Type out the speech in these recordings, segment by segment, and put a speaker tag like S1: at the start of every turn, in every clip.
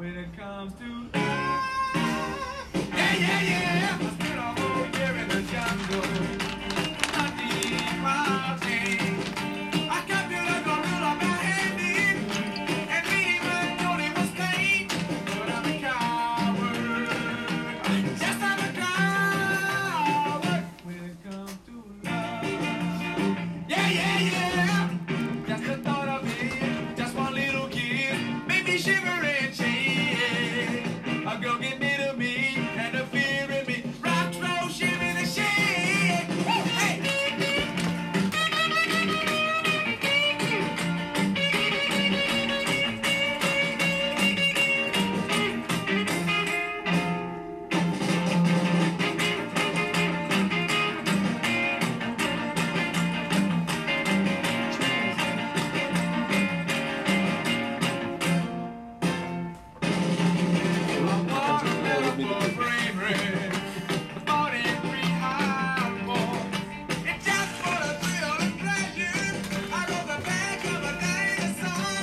S1: comes to. Yeah, yeah, yeah. I'm still a home here in the jungle. Not the mountain. I can't feel like a real about ending. And me, my only mistake. But I'm a coward. Yes, I'm a coward. When it comes to love. Yeah, yeah, yeah. Just the thought of it, just one little kiss, made me shiver and shake. A girl get near to me, and the fear in me, rock, roll, shiver and shake. Woo, hey.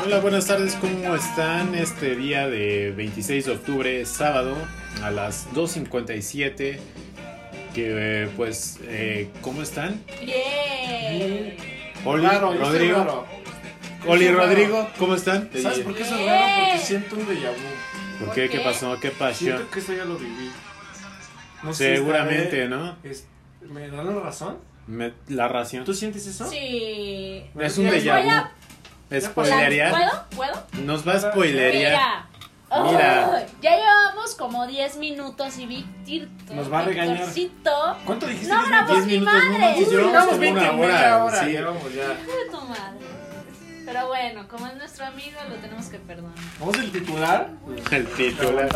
S2: Hola, buenas tardes, ¿cómo están? Este día de 26 de octubre, sábado, a las 2.57, que eh, pues, eh, ¿cómo están?
S3: Bien.
S2: Oli,
S4: Raro, yo soy
S2: Rodrigo,
S4: raro.
S2: Oli,
S4: Yo soy
S2: Rodrigo, ¿cómo están?
S4: ¿Sabes
S2: Eh,
S4: por qué soy
S3: Bien.
S4: raro? Porque siento un déjà vu.
S2: ¿Por qué? ¿Qué pasó? ¿Qué pasó?
S4: Siento que eso ya lo viví. No sé,
S2: Seguramente,
S4: estaré-
S2: ¿no?
S4: es- ¿Me dan la razón?
S2: Me- la ración.
S4: ¿Tú sientes eso?
S3: Sí.
S2: Es un
S4: ¿Les
S2: déjà
S3: voy a-
S2: vu. ¿Spoilería?
S3: ¿Puedo? ¿Puedo?
S2: ¿Nos va a spoilería?
S3: Mira. Oh,
S2: Mira.
S3: Ya llevamos como 10 minutos y Víctor.
S4: Nos va a regañar.
S3: Víctorcito,
S4: ¿Cuánto dijiste?
S3: No,
S4: que-
S3: bravo.
S2: Diez
S3: mi
S2: minutos, no
S3: madre.
S2: manches,
S3: Uy,
S2: llevamos
S4: Llevamos
S2: como
S4: 20,
S2: una
S4: media
S2: hora. sí.
S4: llevamos ya.
S3: hijo de tu madre. Pero bueno, como es nuestro amigo, lo tenemos que perdonar.
S4: Vamos el titular.
S2: El titular.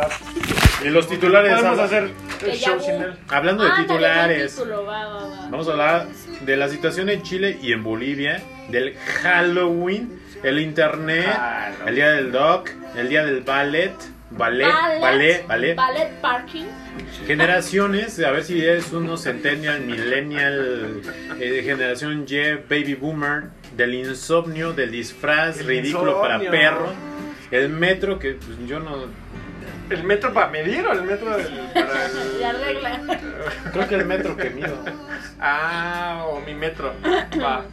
S2: Y los titulares.
S4: Podemos
S2: habla-
S4: hacer el
S3: Déjà
S4: show
S3: vu.
S4: sin él.
S2: Hablando de
S3: Ándale,
S2: titulares.
S3: buen título, va, va, va.
S2: Vamos a hablar de la situación en Chile y en Bolivia, del Halloween, el internet,
S4: Halloween.
S2: el día del doc, el día del ballet, ballet, ballet, ballet,
S3: Ballet parking.
S2: generaciones, a ver si es uno centennial, millennial, eh, de generación Y, baby boomer, del insomnio, del disfraz
S4: El
S2: ridículo para
S4: insomnio.
S2: perro, el metro que pues, yo no
S4: ¿El metro para medir o el metro del- para el-
S3: La regla.
S2: creo que el metro que mido.
S4: Ah, o mi metro. Va.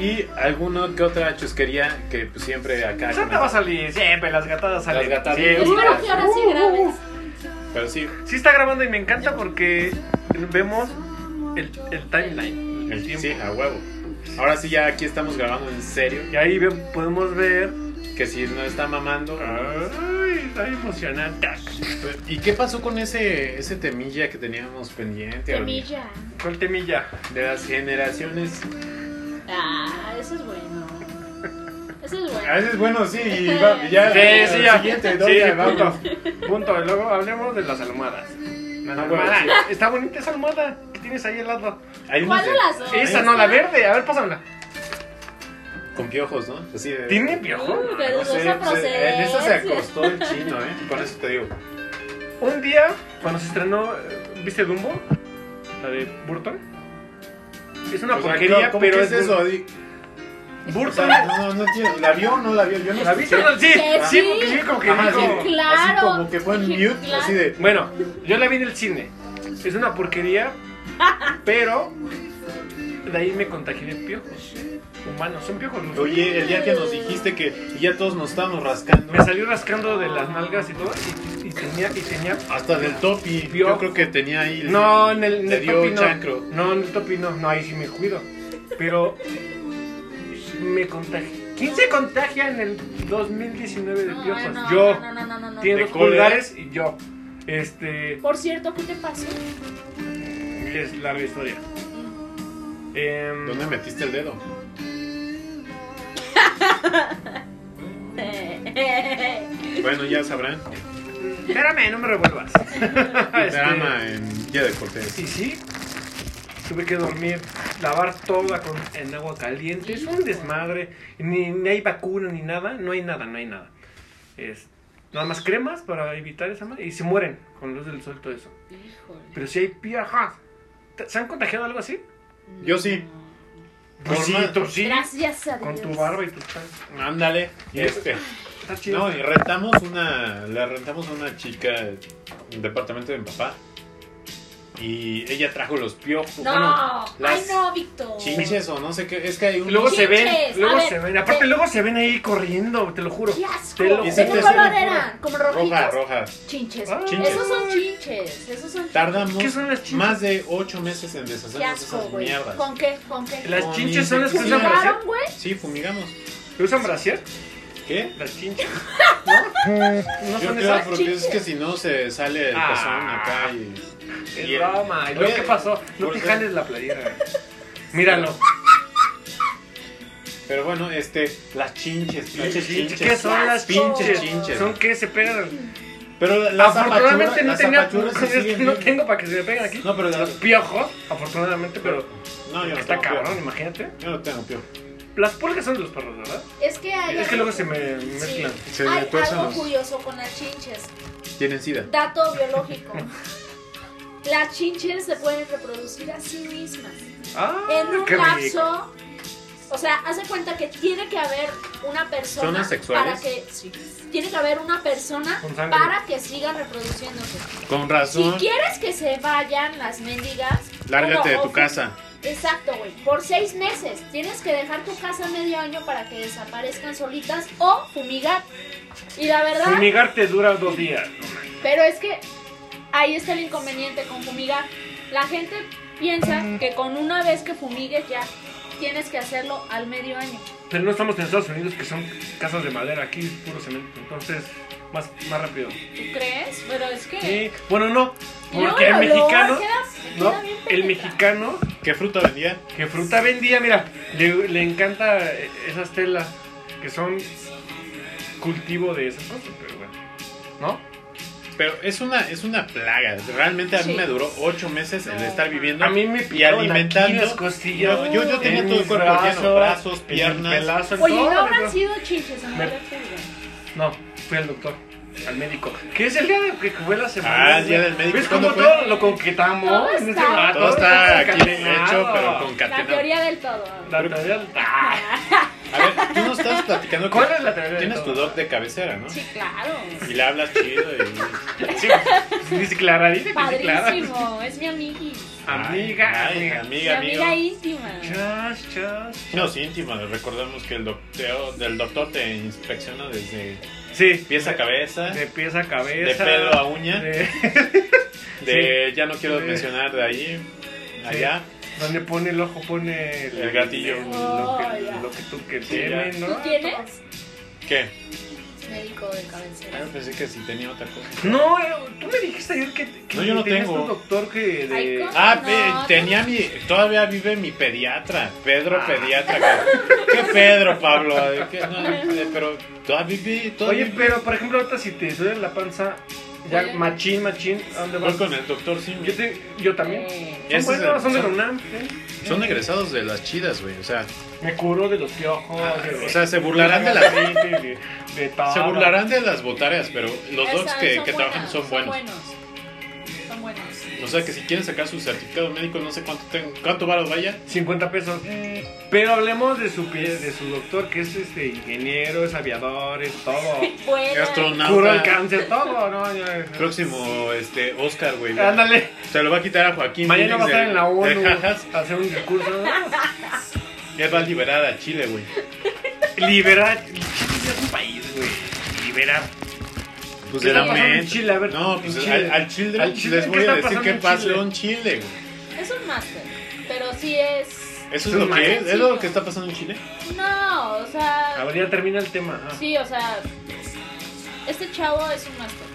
S2: Y alguno que otra chusquería que pues, siempre acá
S4: Santa va a salir siempre, las gatadas salen.
S2: gatadas.
S4: Sí,
S3: Espero que ahora sí
S2: Uh,
S3: grabes.
S2: pero sí
S4: Sí está grabando y me encanta porque vemos el, el timeline.
S2: El-
S4: El tiempo.
S2: Sí, a huevo. Ahora sí, ya aquí estamos grabando en serio.
S4: Y ahí ve- podemos ver.
S2: Que si no está mamando.
S4: Ay, está emocionante.
S2: ¿Y qué pasó con ese, ese temilla que teníamos pendiente? Oli?
S3: Semilla.
S4: ¿Cuál temilla?
S2: De las generaciones.
S3: Ah, eso es bueno. Eso es
S2: A
S3: bueno.
S2: veces, bueno, sí, y va- ya.
S4: Sí, sí, ya.
S2: Siguiente,
S4: sí,
S2: doble,
S4: punto.
S2: vamos.
S4: Punto. Y luego hablemos de las almohadas. Las
S2: Ah,
S4: almohadas.
S2: bueno,
S4: Está bonita esa almohada que tienes ahí al lado.
S2: Hay unos
S3: ¿Cuál
S2: de-
S3: de las dos?
S4: Esa no, la verde. A ver, pásamela.
S2: Con piojos, ¿no? Así de-
S4: ¿Tiene piojo?
S3: Uh, de
S2: No sé,
S3: dudosa
S2: pues, en esta se
S3: procedencia.
S2: acostó el chino, ¿eh? Con eso te digo.
S4: Un día, cuando se estrenó, eh, ¿viste Dumbo? La de Burton. Es una
S2: O sea,
S4: porquería,
S2: Pues, ¿cómo
S4: pero
S2: que es eso?
S4: Bur-
S2: Di- o
S4: Burton.
S2: sea, no, no tiene- ¿La vio o no la vio? Yo no
S4: ¿La viste? No, Sí,
S3: Que
S4: sí,
S3: sí.
S4: porque sí, como que
S2: Ajá,
S4: dijo.
S2: sí. Así
S3: Claro.
S2: como que fue en
S3: Dije,
S2: mute,
S3: claro.
S2: así de.
S4: Bueno, yo la vi en el cine. Es una porquería, pero de ahí me contagié de piojos. Humanos, son piojos. ¿no?
S2: Oye, el día que nos dijiste que ya todos nos estábamos rascando.
S4: Me salió rascando de las nalgas y todo, y, y tenía, y tenía...
S2: Hasta del topi.
S4: Vio.
S2: Yo creo que tenía ahí. el-
S4: No, en el, en
S2: Te
S4: el
S2: dio
S4: topi no.
S2: chancro.
S4: No, en el topi no. No, ahí sí me cuido. Pero me contagié. ¿Quién se contagia en el 2019 de
S3: No,
S4: piojos?
S3: no,
S4: yo.
S3: No, no, no, no, no.
S4: Tiene
S2: De
S4: dos
S2: cólera.
S4: pulgares y yo. Este...
S3: Por cierto, ¿qué te pasó?
S4: Es larga historia. Em,
S2: ¿Dónde metiste el dedo? Bueno, ya sabrán.
S4: Espérame, no me revuelvas. Este,
S2: Drama en Día de Cortés.
S4: Y sí, tuve que dormir, lavar toda con, en agua caliente. Es un desmadre. Ni, ni hay vacuna ni nada. No hay nada, no hay nada. Es, nada más cremas para evitar esa madre. Y se mueren con luz del sol, todo eso.
S3: Híjole.
S4: Pero si hay piojas. ¿Te- ¿Se han contagiado algo así?
S2: Yo sí.
S4: Pues sí,
S2: Normal.
S4: tú sí.
S3: Gracias a Dios.
S4: Con tu barba y tus pan.
S2: Ándale. Este.
S4: Está chido.
S2: No, y rentamos una. Le rentamos a una chica en departamento de mi papá. Y ella trajo los piojos.
S3: No,
S2: Bueno,
S3: ay
S2: las
S3: no, Víctor.
S2: chinches o no sé qué. Es que hay un.
S4: Luego se ven,
S3: Chinches,
S4: luego
S3: a ver,
S4: se ven. Aparte,
S3: ve-
S4: luego se ven ahí corriendo, te lo juro.
S3: ¡Qué asco!
S4: Te lo
S3: ¿De
S2: juro, te
S3: qué
S2: lo
S3: color
S4: juro.
S3: eran? ¿Como rojitos?
S2: roja, roja.
S3: Chinches.
S4: Ah,
S2: Chinches.
S3: Esos son chinches. Esos son
S2: Tardamos
S4: ¿Qué son las chinches?
S2: más de 8 meses en
S3: Qué
S2: deshacernos de
S3: asco,
S2: esas
S3: güey.
S2: mierdas.
S3: ¿Con qué? ¿Con qué?
S4: Las
S2: Con
S4: chinches son las que usan
S2: insecticida.
S4: brasier.
S3: ¿Fumaron, güey?
S2: Sí, fumigamos.
S4: ¿Que usan brasier?
S2: ¿Qué?
S4: Las chinches. ¿No? ¿No
S2: Yo
S4: son
S2: creo
S4: esas?
S2: porque es que si no se sale el
S4: Ah.
S2: pezón acá y.
S4: Es broma. ¿Y luego
S2: Oye,
S4: qué pasó? No
S2: ¿por
S4: te
S2: qué?
S4: jales la playera. Míralo.
S2: Pero bueno, este, las chinches, pinches chinches.
S4: ¿Qué son las
S2: pinches
S4: chinches?
S2: chinches?
S4: ¿Son que se pegan?
S2: Pero las
S4: Afortunadamente
S2: apachuras,
S4: no
S2: las
S4: tenía...
S2: apachuras se siguen
S4: No
S2: viendo.
S4: tengo para que se me peguen aquí.
S2: No, pero las-
S4: Piojos, afortunadamente, pero...
S2: No, yo no
S4: Está
S2: tengo piojo.
S4: cabrón, imagínate.
S2: Yo no tengo piojo.
S4: Las pulgas son de los perros, ¿verdad?
S3: Es que hay.
S4: Es que
S3: algo-
S4: luego se me
S3: Sí.
S4: mezclan.
S2: Se me
S3: Hay
S2: tuercen
S3: algo
S2: los-
S3: curioso con las chinches.
S2: Tienen sida.
S3: Dato biológico. Las chinches se pueden reproducir a sí mismas.
S4: Ah,
S3: En un
S4: qué rico.
S3: lapso. O sea, hace cuenta que tiene que haber una persona
S2: ¿Son asexuales?
S3: para que sí, tiene que haber una persona
S4: Con sangre.
S3: para que siga reproduciéndose.
S2: Con
S3: Si
S2: razón,
S3: quieres que se vayan las mendigas,
S2: lárgate de
S3: bueno,
S2: tu
S3: o-
S2: casa.
S3: Exacto, güey. Por seis meses tienes que dejar tu casa medio año para que desaparezcan solitas o fumigar. Y la verdad,
S4: Fumigar te dura dos días. no manches.
S3: pero es que ahí está el inconveniente con fumigar. La gente piensa que con una vez que fumigues ya tienes que hacerlo al medio año.
S4: Pero no estamos en Estados Unidos, que son casas de madera. Aquí es puro cemento. Entonces, más, más rápido.
S3: ¿Tú crees? Pero es que.
S4: Sí. Bueno, no.
S3: Y luego
S4: Porque el
S3: olor,
S4: mexicano...
S3: quedas- te
S4: No,
S3: queda bien
S4: el
S3: pendeja.
S4: mexicano
S2: ¿Qué fruta vendía?
S4: que fruta vendía, mira, le, le encanta eh, esas telas que son cultivo de esas cosas, pero bueno, ¿no?
S2: Pero es una, es una plaga. Realmente a mí
S3: Sí.
S2: me duró 8 meses el
S3: No.
S2: estar viviendo.
S4: A mí me
S2: y
S4: picaron
S2: alimentando.
S4: aquí las costillas.
S2: No, yo, yo tenía
S4: en
S2: todo el
S4: mis
S2: cuerpo lleno. Brazos,
S4: en el
S2: piernas.
S4: pelazo, en
S3: Oye,
S4: todo,
S3: ¿no habrán
S4: bro.
S3: sido chinches en
S4: Me-
S3: el refugio?
S4: No, fui al doctor, al médico. Que es el día de que fue la semana.
S2: Ah, el día del médico.
S4: ¿Ves
S2: ¿Cuándo
S4: cómo
S2: fue?
S4: todo lo conquistamos?
S3: Todo
S4: en ese
S3: está-
S4: rato?
S2: Todo está aquí
S4: ah, concatenado.
S2: hecho, pero
S3: La
S2: concatenado.
S3: teoría del todo.
S4: La teoría del- Ah,
S2: A ver, tú no estás platicando
S4: ¿Cuál
S2: que
S4: es la teoría?
S2: Tienes tu
S4: del
S2: doc de cabecera, ¿no?
S3: Sí, claro.
S2: Y le hablas chido y...
S4: Sí, dice Clara, dice que sí, Clara.
S3: Padrísimo, es mi amigui.
S4: Amiga,
S2: Ay,
S4: amiga.
S3: Mi
S2: amiga,
S3: amiga
S2: amigo.
S3: íntima.
S4: Chas, chas.
S2: Nos íntimos, recordemos que el doctor, del doctor te inspecciona desde
S4: Sí.
S2: pies a cabeza,
S4: De
S2: de,
S4: pies a cabeza.
S2: pelo a uña, de,
S4: de-
S2: ya no quiero
S4: Sí.
S2: mencionar de ahí, allá.
S4: donde pone el ojo, pone el,
S2: El gatillo.
S4: lo, que,
S3: Oh, ya.
S4: lo que tú que
S2: Sí, ya.
S4: temes,
S3: ¿Tú
S4: ¿no?
S3: tienes?
S2: ¿Qué?
S3: Médico de
S2: Ah,
S3: cabecera.
S2: yo pensé que sí tenía otra cosa.
S4: No, eh, tú me dijiste ayer que, que
S2: No, yo no
S4: tenías
S2: tengo.
S4: un doctor que de...
S3: Ay, ¿cómo?
S2: Ah,
S3: No,
S2: pe-
S3: no.
S2: tenía mi, todavía vive mi pediatra, Pedro
S4: Ah.
S2: Pediatra. que- ¿Qué Pedro, Pablo? ¿De qué? No, eh, pero todavía vive, todavía
S4: Oye,
S2: vive.
S4: pero por ejemplo, ahorita si te duele la panza, ya
S3: Oye.
S4: machín, machín, ¿a dónde vas?
S2: Voy con el doctor Simi.
S4: Yo, te, yo también.
S3: Eh,
S2: Ese
S4: Son
S2: es
S4: buenos,
S2: el-
S4: son de la
S2: son-
S4: UNAM. ¿eh?
S2: Son egresados de las chidas, güey. O sea,
S4: Me curó de los piojos. de-
S2: Ah, o sea, se burlarán de las
S4: de, de todo.
S2: se burlarán de las botáreas, pero los docs
S3: esa- eh,
S2: que,
S3: son
S2: que trabajan
S3: buenas,
S2: son buenos.
S3: Son buenos.
S2: O sea que si quieren sacar su certificado médico, no sé cuánto ten- cuánto varo vaya.
S4: 50 pesos. Pero hablemos de su pie- de su doctor, que es este ingeniero, es aviador, es todo.
S3: Buenas.
S4: Cura el
S2: Astronauta.
S4: cáncer, todo, no, ya-
S2: Próximo este Oscar, güey.
S4: Ándale.
S2: Se lo va a quitar a Joaquín.
S4: Mañana va a
S2: Phoenix
S4: estar en la ONU
S2: de- de Jajas.
S4: a hacer un discurso. ¿no?
S2: Él va a liberar a Chile, güey.
S4: Liberar. Chile es un país, güey. Liberar.
S2: Pues de
S4: ¿Qué está
S2: la
S4: pasando en
S2: mente.
S4: Chile? A ver,
S2: No,
S4: en
S2: pues
S4: Chile.
S2: al, al Children
S4: Al Children,
S2: les
S4: ¿qué
S2: voy a
S4: está
S2: decir
S4: pasando
S2: que
S4: en
S2: pasó
S4: Chile?
S2: en Chile, güey.
S3: Es un máster. Pero sí es.
S2: Eso es
S4: Es un
S2: lo que es.
S3: maestro.
S2: ¿Es lo que está pasando en Chile?
S3: No, o
S4: A
S3: sea.
S4: ver, ya termina el tema. ah.
S3: Sí, o sea. Este chavo es un máster.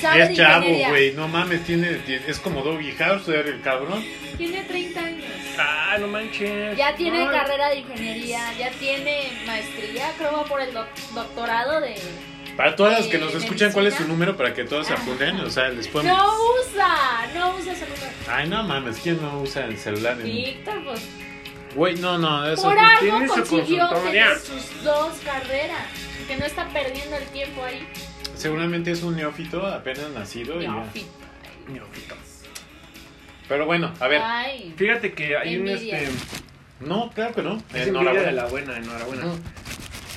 S3: Sabe de
S2: es chavo,
S3: ingeniería.
S2: güey. No mames, tiene, tiene- es como Doggy House, el cabrón.
S3: Tiene 30 años.
S4: Ah, no manches.
S3: Ya tiene
S4: No,
S3: carrera de ingeniería, ya tiene maestría, creo va por el doc- doctorado de...
S2: Para todas las que
S3: Eh,
S2: nos escuchan, ¿cuál es su
S3: medicina.
S2: número para que todos se
S3: Ajá.
S2: apunten? O sea, les podemos.
S3: Ah. No usa, no usa ese número.
S2: Ay, no mames, ¿quién no usa el celular? en-
S3: Víctor, pues
S2: Güey, no, no, eso.
S3: por
S4: pues,
S3: algo
S4: tiene su
S3: consiguió
S4: consultoría.
S3: tener sus dos carreras, que no está perdiendo el tiempo ahí.
S2: Seguramente es un neófito apenas nacido. y ya.
S3: Neófito.
S4: Ñoquito.
S2: Pero bueno, a ver.
S3: Ay,
S4: Fíjate que hay un
S3: Envidia.
S4: este.
S2: No, claro que no.
S4: es envidia de
S2: Enhorabuena.
S4: la buena, enhorabuena.
S2: Ujú.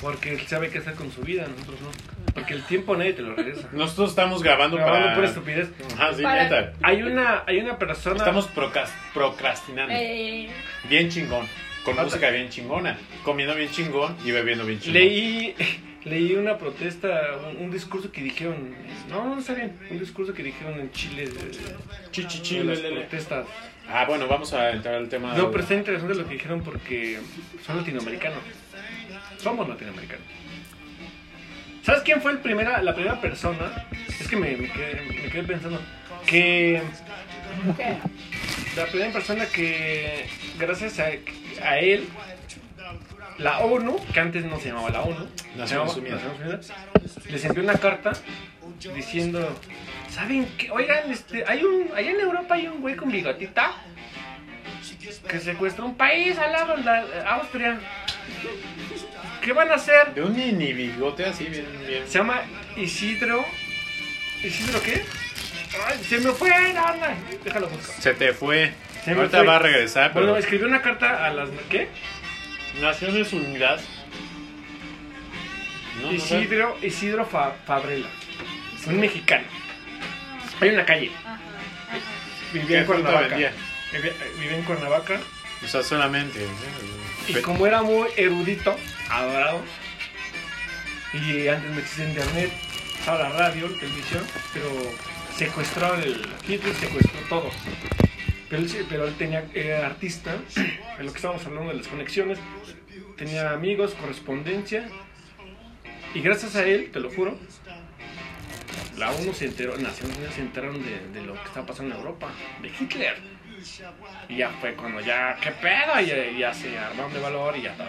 S4: Porque él sabe qué hacer con su vida, nosotros no. Porque el tiempo nadie te lo regresa.
S2: Nosotros estamos grabando
S4: Grabando
S2: para.
S4: pura estupidez.
S2: Ajá, sí,
S3: Para-
S2: neta.
S4: Hay una, hay una persona.
S2: Estamos procras- procrastinando.
S3: Eh,
S2: Bien chingón. Con
S4: Falta-
S2: música bien chingona. Comiendo bien chingón y bebiendo bien chingón.
S4: Leí, leí una protesta, un, un discurso que dijeron. No, no está bien. Un discurso que dijeron en Chile. De,
S2: Chi, chi, chi,
S4: de
S2: le,
S4: las
S2: le, le.
S4: protestas.
S2: Ah, bueno, vamos a entrar al tema.
S4: No, pero está interesante lo que dijeron porque son latinoamericanos. Somos latinoamericanos. ¿Sabes quién fue el primera, la primera persona? Es que me, me quedé, me quedé pensando que
S3: ¿qué?
S4: la primera persona que gracias a, a él la ONU, que antes no se llamaba la ONU, se
S2: Naciones
S4: llamaba
S2: Unidas.
S4: Naciones Unidas, les envió una carta diciendo, ¿saben qué? Oigan, este, hay un, allá en Europa hay un güey con bigotita que secuestró un país al lado de la- Austria. ¿Qué van a hacer?
S2: De un mini bigote así, bien, bien.
S4: Se llama Isidro. ¿Isidro qué? Ay, se me fue, no, no, déjalo buscar.
S2: Se te fue.
S4: Se me
S2: Ahorita
S4: fue.
S2: va a regresar, pero.
S4: Bueno, escribió una carta a las... ¿Qué?
S2: Naciones Unidas. No, no sé.
S4: Isidro, Isidro Fa- Fabrela, un mexicano. Hay una calle,
S3: Ajá, ajá.
S4: vivía
S2: ¿Qué
S4: en
S2: fruta
S4: Cuernavaca.
S2: vendía?
S4: Vivía, eh, vivía en Cuernavaca.
S2: O sea, solamente. ¿eh?
S4: Y como era muy erudito, adorado, y antes no existía internet, estaba la radio, la televisión, pero secuestró al Hitler, secuestró todo. Pero él, sí- pero él tenía, era artista, en lo que estábamos hablando de las conexiones, tenía amigos, correspondencia, y gracias a él, te lo juro, la ONU se enteró, Naciones Unidas se enteraron de, de lo que estaba pasando en Europa, de Hitler. Y ya fue cuando ya, ¿qué pedo? Y ya, ya se armaron de valor y ya todo.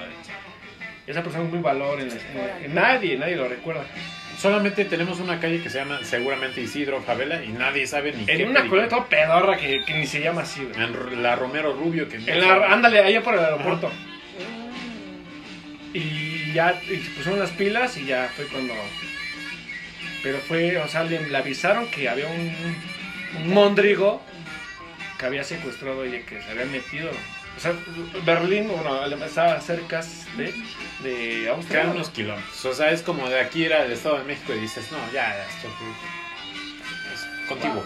S4: Esa persona es muy valor en, este, en- en- nadie, nadie lo recuerda.
S2: Solamente tenemos una calle que se llama seguramente Isidro Favela y nadie sabe ni qué
S4: En
S2: película.
S4: una
S2: Ah.
S4: colonia toda pedorra que, que ni se llama así, güey.
S2: En la Romero Rubio que
S4: En la- ándale, allá por el aeropuerto. Y ya y se pusieron las pilas y ya fue cuando. Pero fue, o sea, le, le avisaron que había un, un mondrigo que había secuestrado y que se había metido. O sea, Berlín, bueno, Alema- estaba cerca de, de Austria.
S2: Quedan unos kilómetros. O sea, es como de aquí era el Estado de México y dices, no, ya, ya, esto fue- es contigo.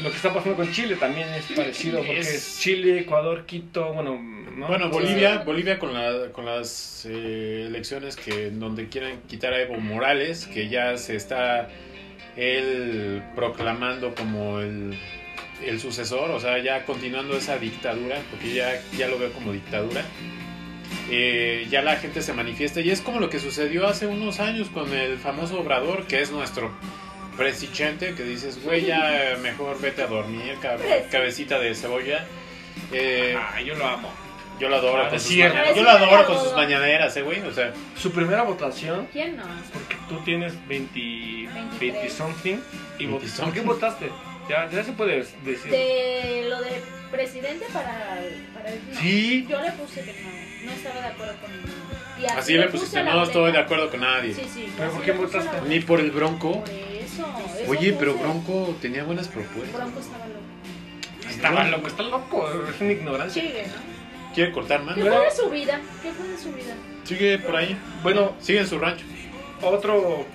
S4: Lo que está pasando con Chile también es parecido, porque
S2: Es-
S4: es Chile, Ecuador, Quito, bueno. ¿no?
S2: Bueno, Bolivia, Bolivia con, la- con las eh, elecciones que donde quieren quitar a Evo Morales, que ya se está él proclamando como el, el sucesor, o sea, ya continuando esa dictadura, porque ya, ya lo veo como dictadura. Eh, ya la gente se manifiesta y es como lo que sucedió hace unos años con el famoso Obrador, que es nuestro presidente, que dices, güey, ya eh, mejor vete a dormir, cabe- cabecita de cebolla. Eh,
S4: Ah, yo lo amo.
S2: yo lo adoro.
S4: Ah,
S2: con
S4: es
S2: sus
S4: cierto.
S2: mañaneras. Yo lo adoro con sus mañaneras, eh, güey. O sea,
S4: Su primera votación
S3: ¿Quién no?
S4: Porque tú tienes 20,
S3: 23.
S4: 20 something
S2: 20
S4: y votaste. ¿Por qué
S2: something.
S4: votaste? Ya, ya se puede decir.
S3: De lo de presidente para, para el. no.
S4: Sí.
S3: Yo le puse que no. No estaba de acuerdo con ninguno. Y
S2: así le pusiste.
S3: la
S2: No estoy de
S3: boleta.
S2: acuerdo con nadie.
S3: Sí, sí.
S4: ¿Pero
S3: así
S4: por qué
S3: le puse la
S4: votaste?
S2: Ni
S3: boleta.
S2: por el Bronco.
S3: Por eso. eso
S2: Oye, pero
S3: puse.
S2: Bronco tenía buenas propuestas.
S3: Bronco estaba loco.
S4: Estaba loco, está loco, es una ignorancia.
S3: Sigue, ¿no?
S2: ¿Quiere cortar más?
S3: ¿Qué fue de su vida? ¿Qué fue de su vida?
S2: Sigue por ahí.
S4: Bueno,
S2: Sigue en su rancho.
S4: otro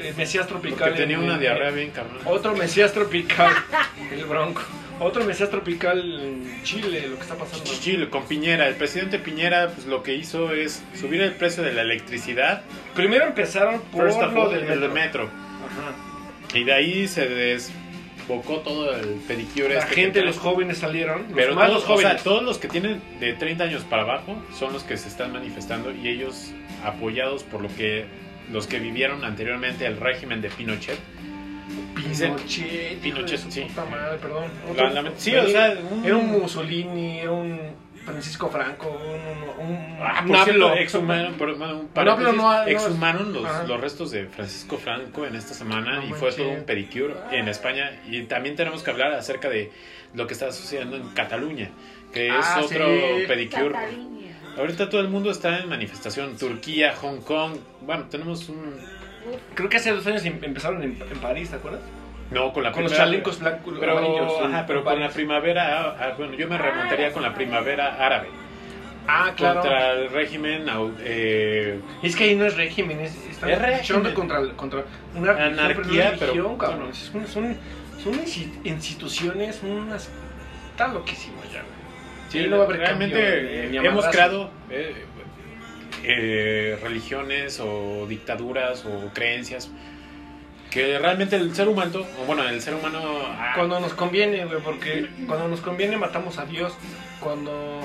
S4: eh, Mesías tropical.
S2: Porque tenía
S4: en-
S2: una
S4: en-
S2: diarrea bien cabrón.
S4: Otro Mesías tropical, el Bronco. Otro Mesías tropical en Chile, lo que está pasando.
S2: Chile, con Piñera. El presidente Piñera, pues lo que hizo es subir el precio de la electricidad.
S4: Primero empezaron por
S2: First of
S4: lo
S2: all,
S4: del
S2: el
S4: metro.
S2: del metro.
S4: Ajá.
S2: Y de ahí se desbocó todo el pedicure.
S4: La
S2: este que
S4: gente,
S2: trae.
S4: los jóvenes salieron, los
S2: Pero
S4: más
S2: todos,
S4: los
S2: o sea,
S4: jóvenes.
S2: todos los que tienen de 30 años para abajo son los que se están manifestando y ellos apoyados por lo que los que vivieron anteriormente el régimen de Pinochet. Dicen-
S4: Pinochet,
S2: Pinochet,
S4: Pinochet,
S2: sí.
S4: Puta madre, perdón.
S2: La- la- sí, o sea, un-
S4: Era un Mussolini, era un Francisco Franco, un. un, un
S2: Ah,
S4: un
S2: por cierto,
S4: Pablo.
S2: exhumaron, por- bueno, un
S4: hablo,
S2: paréntesis,
S4: no, no es-
S2: exhumaron los,
S4: Ajá.
S2: los restos de Francisco Franco en esta semana
S4: No
S2: y fue
S4: manches.
S2: todo un pedicure en España. Y también tenemos que hablar acerca de lo que está sucediendo en Cataluña, que es
S4: Ah,
S2: otro
S4: sí.
S2: pedicure.
S3: Cataluña.
S2: Ahorita todo el mundo está en manifestación, Turquía, Hong Kong, bueno, tenemos un
S3: Uf,
S4: Creo que hace dos años em- empezaron en, en París, ¿te acuerdas?
S2: No, con la
S4: Con los
S2: primera-
S4: chalencos blancos,
S2: pero,
S4: amarillos. en-
S2: ajá, pero
S4: en
S2: con la
S4: París.
S2: primavera, ah, ah, bueno, yo me remontaría con la primavera árabe.
S4: Ah, claro.
S2: contra el régimen au- eh,
S4: Es que ahí no es régimen, es, están
S2: Es régimen.
S4: luchando contra, contra una religión,
S2: Anarquía,
S4: pero. no religión,
S2: pero-
S4: cabrón. Es un- son, son insti- instituciones, unas. Está loquísimo ya, güey.
S2: Sí,
S4: Ahí no va a haber
S2: realmente
S4: cambio, eh, ni a
S2: hemos
S4: madrazo.
S2: creado eh, eh, religiones o dictaduras o creencias que realmente el ser humano, o bueno, el ser humano... ah,
S4: Cuando nos conviene, güey, porque cuando nos conviene matamos a Dios. Cuando.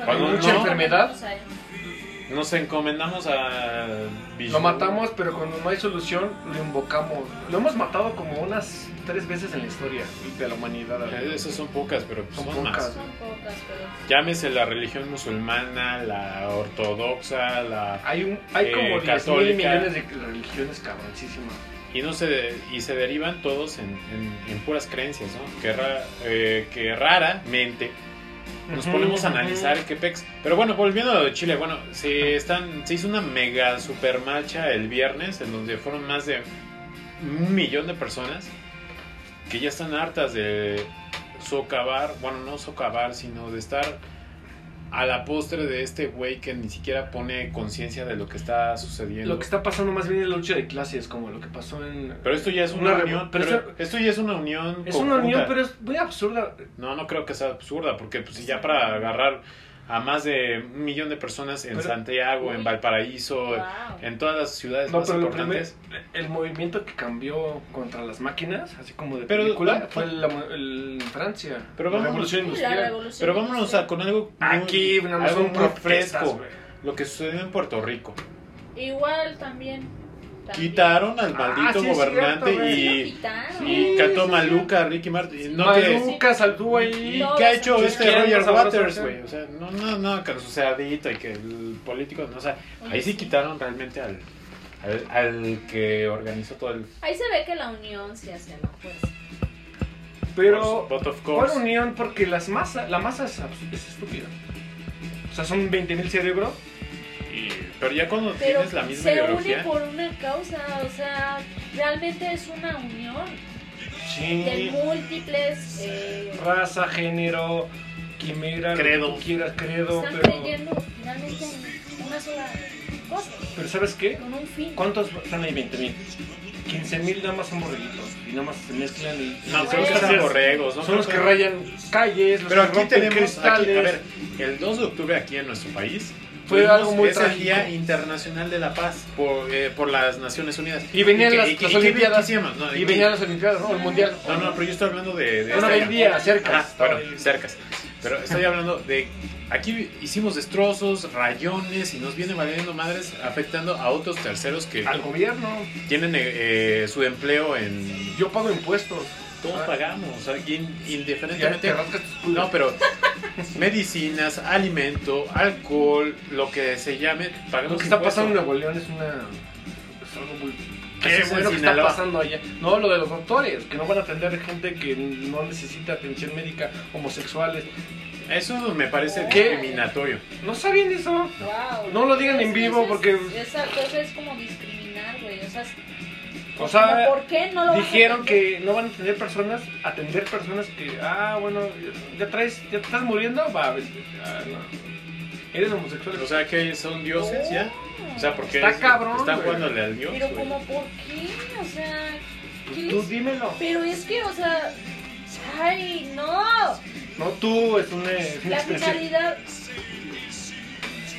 S4: hay
S2: Cuando
S4: mucha
S2: no.
S4: enfermedad,
S2: Nos encomendamos a... Vishnu.
S4: lo matamos, pero cuando no hay solución, lo invocamos. Lo hemos matado como unas tres veces en la historia de la humanidad.
S2: Eh,
S4: güey.
S2: Esas son pocas, pero pues,
S4: Son
S2: son,
S4: pocas.
S2: más.
S3: Son pocas, pero.
S2: Llámese la religión musulmana, la ortodoxa, la...
S4: Hay, un, hay
S2: Eh,
S4: como 10 mil
S2: católica.
S4: millones de religiones cabroncísimas.
S2: Y, no se, y se derivan todos en, en- en puras creencias, ¿no? Que, ra- eh, que raramente nos ponemos a analizar qué pex. Pero bueno, volviendo a lo de Chile, bueno, se, están, se hizo una mega super marcha el viernes en donde fueron más de un millón de personas que ya están hartas de socavar, bueno, no socavar, sino de estar a la postre de este güey que ni siquiera pone conciencia de lo que está sucediendo.
S4: Lo que está pasando más bien es la lucha de clases, como lo que pasó en...
S2: Pero esto ya es
S4: Una
S2: una,
S4: revo-
S2: unión,
S4: pero
S2: pero
S4: eso-
S2: esto ya es una unión
S4: es una
S2: conjunta.
S4: unión, pero es muy absurda.
S2: No, no creo que sea absurda, porque pues si ya para agarrar a más de un millón de personas en
S4: Pero-
S2: Santiago, en
S3: Uy.
S2: Valparaíso,
S3: Wow.
S2: en todas las ciudades
S4: No,
S2: más
S4: pero lo
S2: importantes.
S4: primero, el movimiento que cambió contra las máquinas, así como de
S2: Pero-
S4: película, fue la, el- en Francia.
S2: Pero
S4: la
S2: vamos-
S4: revolución
S3: Sí, la
S4: industrial.
S3: revolución.
S2: Pero vámonos a, con algo muy-
S4: Aquí, una
S2: algo
S4: son
S2: muy
S4: protestas,
S2: fresco.
S4: güey.
S2: Lo que sucedió en Puerto Rico.
S3: Igual también. también.
S2: Quitaron al
S4: Ah,
S2: maldito
S4: sí es
S2: gobernante
S4: cierto, güey.
S3: Sí, lo
S2: y,
S3: quitaron.
S2: y
S4: Sí,
S2: cantó
S4: sí,
S2: Maluca, Ricky Martin.
S3: Sí.
S2: No, que-
S3: Maluca.
S4: Maluca saltó
S2: ¿Y
S4: ahí.
S3: No,
S2: qué ha
S3: esa-
S2: hecho este
S4: izquierda,
S2: Roger
S4: sabrosa,
S2: Waters,
S4: sí.
S2: güey? O sea, no, no, no, que lo sucedito y que el político, no, o sea,
S3: Oye,
S2: ahí sí
S3: sí.
S2: quitaron realmente al, al, al que organizó todo el
S3: Ahí se ve que la unión se hace, ¿no? Pues.
S4: Pero
S2: But of
S4: ¿Cuál
S2: course.
S4: unión? Porque las masa, la masa es, abs- es estúpida. O sea, son 20.000 cerebros.
S2: Y- pero ya cuando
S3: Pero
S2: tienes la misma
S3: se une
S2: ideología,
S3: por una causa, o sea, realmente es una unión de
S4: Sí.
S3: múltiples. eh,
S4: Raza, género, quimera, lo que
S2: Credo.
S4: tú quieras, credo.
S3: están
S4: Pero,
S3: creyendo finalmente en una sola cosa,
S4: pero ¿sabes qué?
S3: con un fin.
S4: ¿Cuántos están ahí? 20.000. 15.000 nada más son borreguitos. Y nada más se mezclan y...
S2: no, creo
S3: Güey.
S4: y
S2: que
S4: son,
S2: sean
S4: los que,
S2: borregos, ¿no?
S4: son los que
S2: Creo que-
S4: rayan calles, los
S2: Pero
S4: que
S2: aquí
S4: rompen
S2: tenemos, aquí-
S4: cristales.
S2: a ver, el 2 de octubre aquí en nuestro país
S4: Fue
S2: tuvimos-
S4: algo muy
S2: es el
S4: trágico.
S2: Día Internacional de la Paz por, eh, por las Naciones Unidas.
S4: Y venían
S2: qué-
S4: las-
S2: qué-
S4: las
S2: qué
S4: Olimpiadas.
S2: hacíamos? No,
S4: Y
S2: ¿qué-
S4: venían las olimpiadas, ¿no? El mundial.
S2: No, no, pero yo estoy hablando de... este de
S4: Una
S2: esta-
S4: vendía, cerca.
S2: Ajá, Ah, bueno, cercas. Pero estoy hablando de. Aquí hicimos destrozos, rayones y nos viene valiendo madres afectando a otros terceros que
S4: Al gobierno.
S2: tienen eh, eh, su empleo en. Ah.
S4: Yo pago impuestos.
S2: Todos pagamos, o sea, in-
S4: Ya te
S2: indiferentemente.
S4: rascas tus culos.
S2: No, pero medicinas, alimento, alcohol, lo que se llame,
S4: Lo
S2: pagamos.
S4: que está
S2: impuestos.
S4: pasando en Nuevo León es una. Es algo muy.
S2: ¿Qué
S4: es
S2: fue en
S4: lo que está
S2: Sinaloa?
S4: pasando allá. No, lo de los doctores, que no van a atender gente que no necesita atención médica, homosexuales.
S2: Eso me parece
S3: ¿Qué?
S2: discriminatorio.
S4: ¿No sabían eso?
S3: Wow.
S4: No lo digan en
S3: Entonces,
S4: vivo,
S3: es-
S4: porque-
S3: Exacto, eso es como discriminar, güey. O sea, es-
S4: O sea,
S3: ¿por qué no lo vas a
S4: Dijeron
S3: atender?
S4: que no van a atender personas, atender personas que, ah, bueno, ya traes, ya te estás muriendo, va, vete. ah, no. Eres homosexual.
S2: O sea, que son dioses
S4: ¿eh?
S2: ya. O sea, porque
S4: Está
S2: es-
S4: cabrón,
S2: están
S4: güey.
S2: jugándole al dios.
S3: Pero
S2: güey.
S3: como, ¿por qué? O sea, ¿qué
S4: Pues tú
S3: es?
S4: dímelo.
S3: Pero es que, o sea, ay, no.
S4: No tú, es una, es una
S3: La
S4: expresión.
S3: finalidad,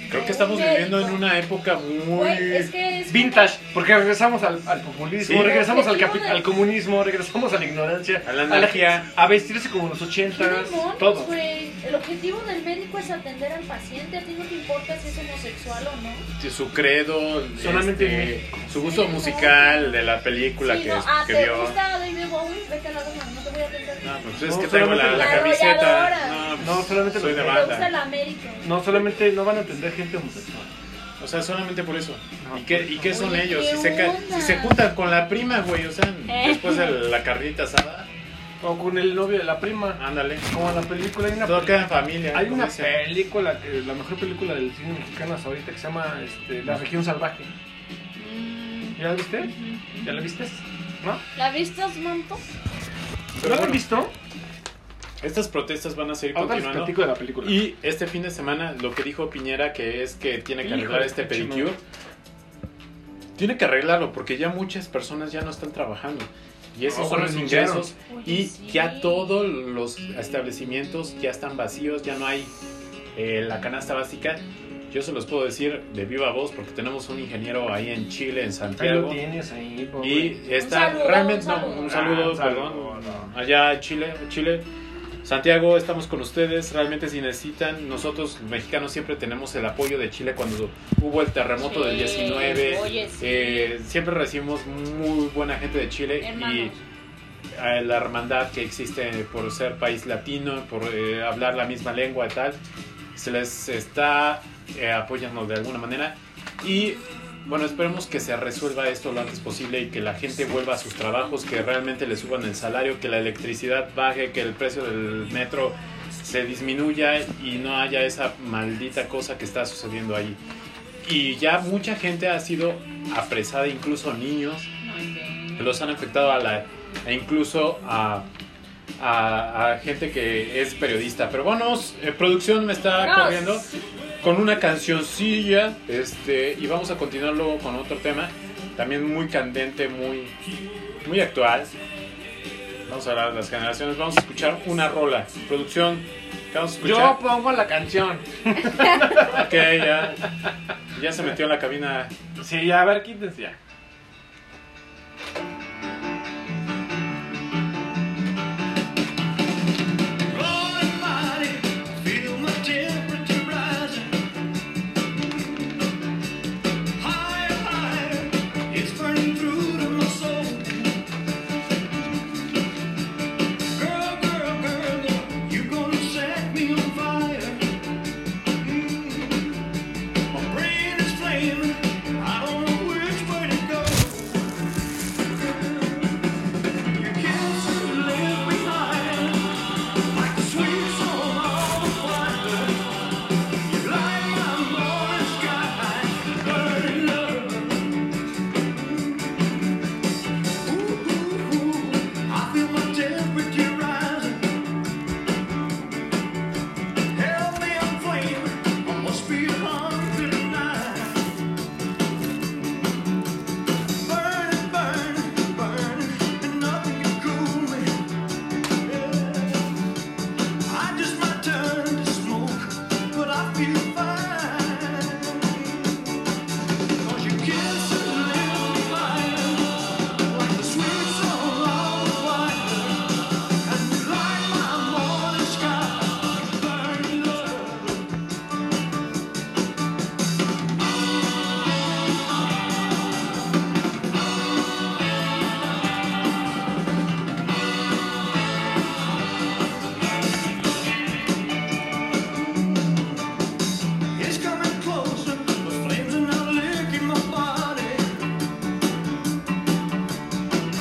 S2: Creo que estamos
S3: Médico.
S2: viviendo en una época muy.
S3: güey, es que es
S4: Vintage, porque regresamos al, al populismo,
S2: Sí.
S4: regresamos al,
S3: Objetivo
S4: capi-
S3: de-
S4: al comunismo, regresamos a la ignorancia,
S2: A la anarquía.
S4: a vestirse como los
S3: ¿Qué
S4: ochentas,
S3: demonios,
S4: todo.
S3: güey? El objetivo del médico es atender al paciente. A ti no te importa si es homosexual o no.
S2: su credo,
S4: Solamente
S2: este,
S4: en México.
S2: su gusto musical de la película
S3: Sí,
S2: que,
S3: no, ah,
S2: que
S3: ¿te
S2: vio.
S3: gusta David Bowie? Vete a la goma, no te voy a atender.
S2: No, pues es
S4: No,
S2: que tengo la,
S4: solamente
S2: la
S3: la
S2: camiseta.
S3: arrolladora.
S2: pues,
S4: No, solamente
S2: soy
S4: los
S2: de
S4: que-
S3: ¿Te gusta
S2: banda.
S3: el América?
S4: No, solamente no van a atender gente homosexual.
S2: O sea, solamente por eso.
S4: No, pues
S2: ¿Y qué, y qué son
S3: Oye,
S2: ellos?
S3: ¿qué
S2: si, se, ca-
S3: onda?
S2: si se juntan con la prima, güey, o sea,
S3: Eh.
S2: después de la carnita asada,
S4: O con el novio de la prima,
S2: ándale.
S4: como en la película, hay una,
S2: Todo queda en familia.
S4: hay
S2: como
S4: una
S2: dicen.
S4: película, que- la mejor película del cine mexicano hasta ahorita que se llama este, La región salvaje.
S3: Mm,
S4: ¿Ya la viste?
S3: ujú.
S4: ¿Ya la viste? ¿No?
S3: ¿La viste, Manto?
S2: Pero
S4: ¿No la han
S2: bueno,
S4: visto?
S2: Estas protestas van a seguir
S5: Ahora les
S2: continuando.
S5: platico de la película.
S2: Y este fin de semana lo que dijo Piñera que es que tiene que
S4: Hijo
S2: arreglar
S4: de
S2: este
S4: pinche
S2: pedicure.
S4: madre.
S2: Tiene que arreglarlo porque ya muchas personas ya no están trabajando. Y esos
S4: No,
S2: son
S4: güey,
S2: los
S4: ni
S2: ingresos.
S3: Oye,
S2: Y
S3: Pues sí.
S2: ya todos los establecimientos ya están vacíos, ya no hay eh, la canasta básica. Yo se los puedo decir de viva voz porque tenemos un ingeniero ahí en Chile, en
S4: Ahí lo
S2: Santiago.
S4: tienes ahí, pobre.
S2: Y está
S3: Un saludo,
S2: realmente
S3: un
S2: no,
S3: saludo.
S2: un saludo,
S4: Ah, un saludo,
S2: perdón.
S4: no.
S2: Allá en Chile, Chile. Santiago, estamos con ustedes. Realmente si necesitan, nosotros los mexicanos siempre tenemos el apoyo de Chile cuando hubo el terremoto
S3: Sí,
S2: del 19.
S3: oye, sí.
S2: Eh, siempre recibimos muy buena gente de Chile
S3: Hermanos.
S2: y eh, la hermandad que existe por ser país latino, por eh, hablar la misma lengua y tal, se les está eh, apoyando de alguna manera. Y bueno, esperemos que se resuelva esto lo antes posible y que la gente vuelva a sus trabajos, que realmente le suban el salario, que la electricidad baje, que el precio del metro se disminuya y no haya esa maldita cosa que está sucediendo allí. Y ya mucha gente ha sido apresada, incluso niños
S3: No inventes.
S2: los han afectado a la, e incluso a, a, a gente que es periodista. Pero bueno, eh, producción me está
S3: No,
S2: corriendo
S3: sí.
S2: con una cancioncilla este, y vamos a continuar luego con otro tema, también muy candente, muy, muy actual. Vamos a hablar de las generaciones, vamos a escuchar una rola. Producción, ¿qué vamos a
S5: Yo
S2: escuchar?
S5: pongo la canción.
S4: pues.
S2: Ok, ya, ya se metió en la cabina.
S4: Sí, ya, a ver, quítense ya.
S1: Feel fine. Cause you kiss and live fire Like the sweet soul of fire And you light my morning sky You burn love It's coming closer. The flames are now licking my body.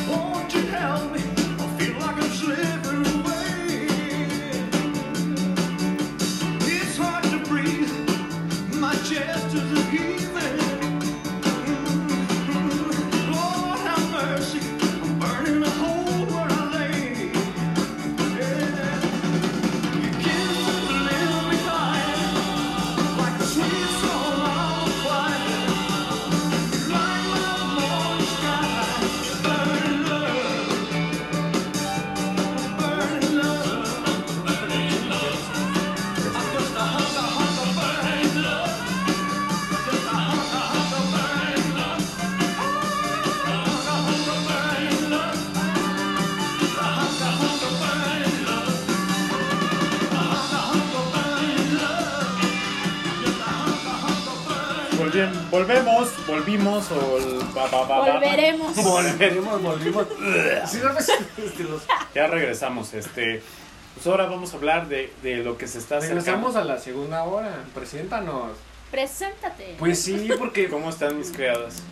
S1: Won't you help me? I feel like I'm slipping away. It's hard to breathe. My chest is heaving. Lord have mercy. I'm burning a hole where I lay. Yeah. You kissed and left me dying. Like the sweet soul of fire, you light my morning sky. Burning love, burning love, burning love. I'm just a hunter, hunter, burning love. Just a hunter, hunter, burning love. Hunter, hunter, burning love. Just a hunter, hunter, burning love. Just a hunter, hunter, burning love.
S2: Volvem- volvemos, volvimos, o el- va, va, va, va, va.
S3: Volveremos.
S4: Volveremos, volvimos. pues,
S5: Si sabes, este, los-
S2: Ya regresamos, este. Pues ahora vamos a hablar de, de lo que se está acercando.
S5: regresamos a la segunda hora. Preséntanos.
S3: Preséntate.
S4: Pues sí, porque
S2: ¿Cómo están mis criadas?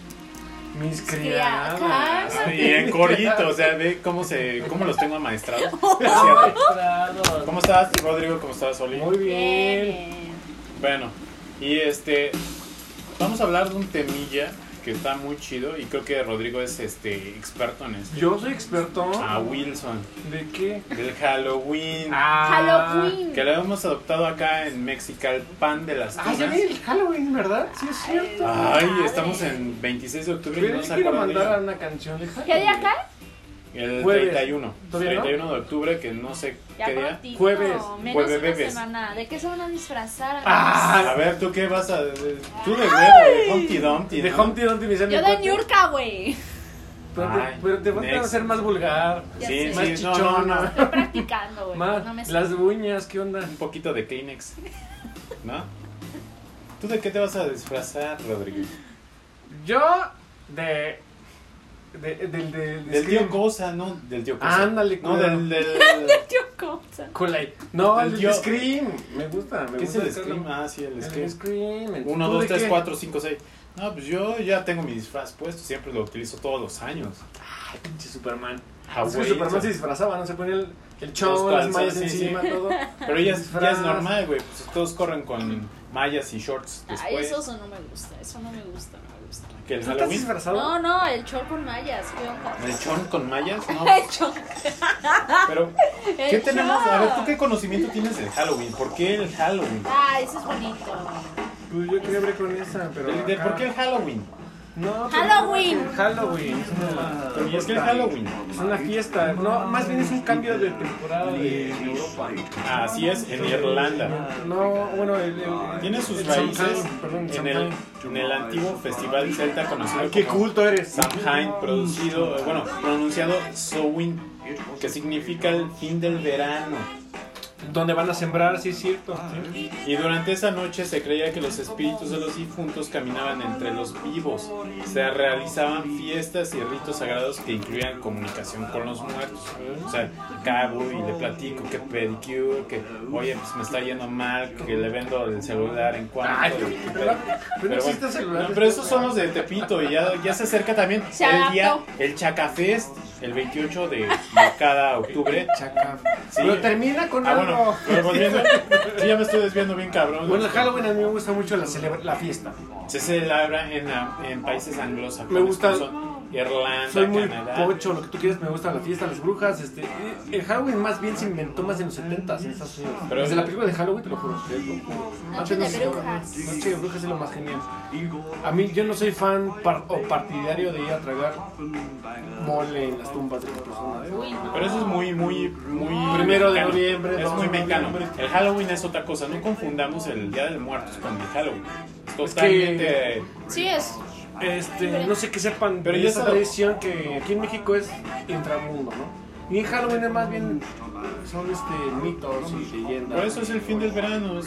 S4: mis
S3: criadas.
S4: criadas.
S2: Y en corito, o sea, ve cómo se, cómo los tengo amaestrados.
S4: Amaestrados.
S2: ¿Cómo estás, Rodrigo? ¿Cómo estás, Oli?
S4: Muy bien.
S3: Bien.
S2: Bueno, y este, vamos a hablar de un temilla que está muy chido y creo que Rodrigo es este experto en eso.
S4: Yo soy experto.
S2: A Wilson,
S4: ¿De qué?
S2: del Halloween.
S4: Ah.
S3: Halloween.
S2: Ah, Que lo hemos adoptado acá en Mexical Pan de las
S4: Ah, ya
S2: Tunas.
S4: vi el Halloween, ¿verdad? Sí, es cierto.
S2: Ay, estamos en 26 de octubre y
S4: Yo
S2: Ah. no se
S4: quiero
S2: acuerdan de
S4: mandar
S2: ella.
S4: a una canción de Halloween.
S3: ¿Qué día cae?
S2: El
S4: Jueves.
S2: 31.
S4: ¿Todavía no?
S2: 31 de octubre, que no sé
S3: Ya
S2: qué día.
S3: prontito,
S4: Jueves,
S3: menos
S2: jueves,
S3: una
S2: jueves.
S3: semana. ¿De qué se van a disfrazar? amigos?
S2: A
S4: Ah,
S2: ver, ¿tú qué vas a...? Tú de huevo, de Humpty Dumpty.
S4: de
S2: ¿no?
S4: Humpty Dumpty me sale
S3: Yo
S4: el
S3: de
S4: cuate.
S3: Ñurka, güey.
S4: Pero te,
S2: Ay,
S4: pero te falta
S2: next.
S4: hacer más vulgar.
S3: Ya
S2: Sí,
S3: sé.
S2: sí, no, no, no.
S3: Estoy practicando, güey.
S4: Más,
S3: No me sé.
S4: las uñas, ¿qué onda?
S2: Un poquito de Kleenex, ¿no? ¿Tú de qué te vas a disfrazar, Rodrigo?
S4: Yo de. de del del-
S2: Del tío
S4: Scream.
S2: Cosa, ¿no? Del tío Cosa.
S4: Ándale,
S2: No,
S4: culero.
S2: del... del...
S3: Tío Cosa.
S4: Colay. No,
S2: Del
S4: el
S2: tío-
S4: de Scream. Me gusta, me
S2: ¿Qué es
S4: gusta.
S2: el
S4: Carlos.
S2: Scream? Ah, sí, el
S4: El
S2: Scream.
S4: Scream.
S2: 1,
S4: ¿Tú
S2: 2,
S4: de
S2: 3,
S4: qué?
S2: 4, 5, 6. No, pues yo ya tengo mi disfraz puesto, siempre lo utilizo todos los años.
S4: Pinche Superman.
S2: Ah,
S4: es que
S2: güey,
S4: Superman
S2: eso.
S4: se disfrazaba, ¿no? Se ponía el, el
S2: Los
S4: chon, las
S2: calzones,
S4: mallas
S2: sí, sí.
S4: encima, todo.
S2: Pero ya es, ya es
S4: Disfraz.
S2: normal, güey. Pues todos corren con mallas y shorts
S3: Ay,
S2: después.
S3: eso, eso no me gusta. Eso no me gusta, no me gusta.
S2: Que el
S4: ¿Tú estás
S2: Halloween.
S4: disfrazado?
S3: No, no, el short con mallas. ¿Qué onda?
S2: ¿El chon con mallas? No.
S3: El short.
S2: Pero,
S3: El
S2: ¿qué tenemos? A ver, ¿tú
S3: short.
S2: qué conocimiento tienes del Halloween? ¿Por qué el Halloween?
S3: Ah, eso es bonito.
S4: Pues yo quería abrir con esa, pero.
S2: ¿De, de-
S4: acá-
S2: ¿Por qué el Halloween?
S4: No, pero-
S3: Halloween.
S4: Halloween. Es una,
S2: ¿Pero por qué el Halloween?
S4: es una fiesta. No, más bien es un cambio de temporada de Europa.
S2: Así es, en Irlanda.
S4: No, bueno, el. el-
S2: Tiene sus
S4: el
S2: raíces
S4: Samhain, perdón,
S2: en el,
S4: Samhain.
S2: en el antiguo festival celta conocido
S4: Qué
S2: como
S4: culto eres.
S2: Samhain, producido, eh, bueno, pronunciado Sowin, que significa el fin del verano.
S4: Donde van a sembrar, sí es cierto.
S2: Ah, Y durante esa noche se creía que los espíritus de los difuntos caminaban entre los vivos. Se realizaban fiestas y ritos sagrados que incluían comunicación con los muertos. O sea, cago y le platico que pedicure, que oye, pues me está yendo mal, que le vendo el celular en cuanto.
S4: Ay,
S2: y-
S4: pero- Pero no
S2: bueno,
S4: existe celular.
S2: no, pero esos son los de Tepito y ya, ya se acerca también
S3: Se
S2: el día,
S3: adaptó.
S2: el Chacafest, el 28 de, de cada octubre.
S4: Chaca.
S2: Sí.
S4: Pero termina con
S2: Ah,
S4: algo.
S2: bueno, pero volviendo, sí, ya me estoy desviando bien cabrón.
S4: Bueno, el Halloween a mí me gusta mucho la, celebra- la fiesta.
S2: Se celebra en, la- en países anglosajones.
S4: Me gusta-
S2: como son Irlanda,
S4: Soy muy
S2: Canadá.
S4: pocho, lo que tú quieras, me gusta la fiesta, las brujas. Este, eh, el Halloween más bien se inventó más en los 70s en Estados Unidos.
S2: Pero-
S4: Desde la película de Halloween, te lo juro. te lo juro.
S3: Noche
S4: Antes
S3: de
S4: no se-
S3: brujas.
S4: Noche de brujas es lo más genial. A mí, yo no soy fan par- o partidario de ir a tragar mole en las tumbas de las personas. ¿eh?
S3: Uy, no.
S2: Pero eso es muy, muy, muy.
S4: Primero de
S2: mexicano.
S4: noviembre,
S2: Es
S4: dos
S2: muy
S4: de
S2: mexicano.
S4: noviembre.
S2: El Halloween es otra cosa. No confundamos el Día de Muertos con el Halloween. Es
S4: que-
S2: totalmente.
S3: Sí, es.
S4: Este, no sé que
S2: Pero
S4: sepan, pero
S2: ya
S4: ya esa
S2: sabe-
S4: tradición que aquí en México es intramundo, ¿no? Y en Halloween es más bien son este mitos y leyendas.
S2: Por eso es el fin del verano. Es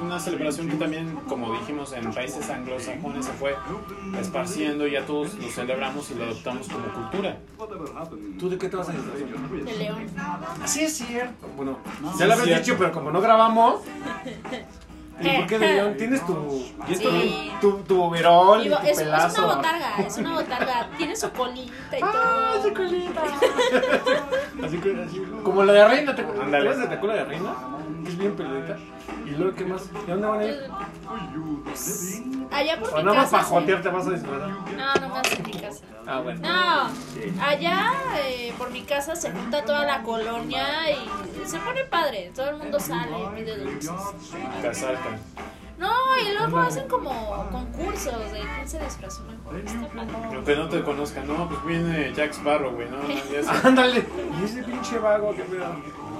S2: una celebración que también, como dijimos, en países anglosajones se fue esparciendo y ya todos lo celebramos y lo adoptamos como cultura.
S4: ¿Tú de qué te vas a disfrazar?
S3: De león.
S4: Sí es cierto. Bueno,
S2: Sí
S4: ya
S2: es
S4: lo habías
S2: cierto.
S4: dicho, pero como no grabamos. ¿Y por qué de León? ¿Tienes tu,
S3: Sí.
S4: tu, tu, tu overol y
S3: Digo,
S4: tu
S3: es, es una
S4: pelazo?
S3: botarga, es una botarga. Tiene su colita y
S4: ¡Ah,
S3: todo.
S4: su colita! así que, así, como la de reina, ¿te acuerdas
S2: Ándale.
S4: de la cola de reina? Que Es bien peludita. ¿Y luego qué más? ¿De dónde van a ir? Pues,
S3: Allá por
S4: Ah. O
S3: mi
S4: nada más
S3: casa.
S4: para
S3: sí.
S4: jotear te vas a disfrazar.
S3: No, no más en mi casa.
S4: Ah, bueno.
S3: No, allá eh, por mi casa se junta toda la colonia y se pone padre. Todo el mundo sale y pide dulces.
S2: Casalca.
S3: No, y luego hacen como concursos de quién se disfrazó mejor. Está padre.
S2: Aunque no te conozcan, no, pues viene Jack Sparrow, güey, no, no, ya sé.
S4: Ándale. Y ese pinche vago que me da.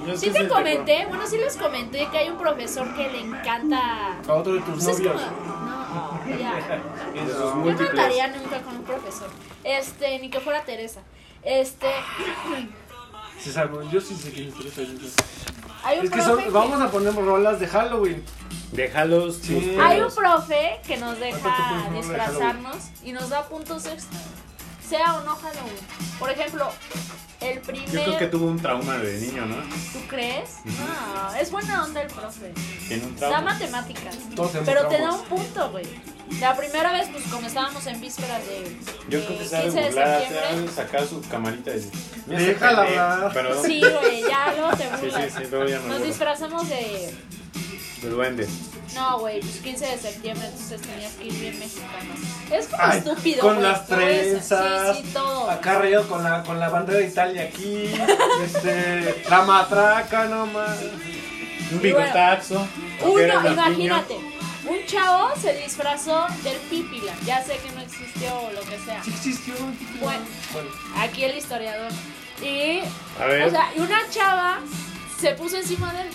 S2: Ya sé
S3: Sí
S2: si
S4: este,
S3: te comenté, bueno, sí les comenté que hay un profesor que le encanta.
S4: A otro de tus
S3: Pues es como.
S4: novios.
S3: No, oh, ya.
S2: De sus
S3: Yo no
S2: múltiples.
S3: andaría nunca con un profesor. Este, ni que fuera Teresa. Este,
S4: Sí, salvo. Yo sí sé quién es Teresa Ayuso.
S3: hay un
S4: Es que
S3: profe.
S4: son, vamos a poner rolas de Halloween.
S2: Déjalos.
S4: Sí.
S2: tus
S3: Hay un
S2: pelos.
S3: profe que nos
S4: Ahorita te
S3: deja
S4: pones un regalo.
S3: disfrazarnos y nos da puntos extra. Sea o no Halloween. Por ejemplo, el primer.
S2: Yo creo que tuvo un trauma de niño, ¿no?
S3: ¿Tú crees? No, es buena onda el profe.
S2: Tiene un
S3: Da
S2: trauma.
S3: matemáticas.
S4: Todos tenemos
S3: Pero te da
S4: traumas.
S3: un punto, güey. La primera vez, pues como estábamos en vísperas de.
S2: Yo
S3: de
S2: creo que sabe
S3: 15 de
S2: burlar, sabe
S3: septiembre.
S2: sacar su camarita y decir, "Mira,
S4: Déjala
S2: este pendejo".
S4: hablar.
S2: Perdón.
S3: Sí, güey, ya luego te
S2: sí, sí,
S3: burlas.
S2: sí, luego ya me
S3: Nos
S2: burlo.
S3: disfrazamos de.
S2: De duende.
S3: No, güey, pues 15 de septiembre, entonces tenías que ir bien mexicano. Es como
S4: Ay,
S3: estúpido.
S4: con
S3: güey,
S4: las
S3: todo eso.
S4: trenzas.
S3: Sí, sí, todo.
S4: Acá reído con la, con la bandera de Italia aquí. este, la matraca nomás.
S2: Un bigotazo. era
S3: Uno,
S2: una piña.
S3: imagínate, un chavo se disfrazó del pípila. Ya sé que no existió o lo que sea.
S4: Sí existió.
S3: Bueno,
S4: Bueno.
S3: aquí el historiador. Y,
S2: A ver.
S3: o sea, y una chava se puso encima de él.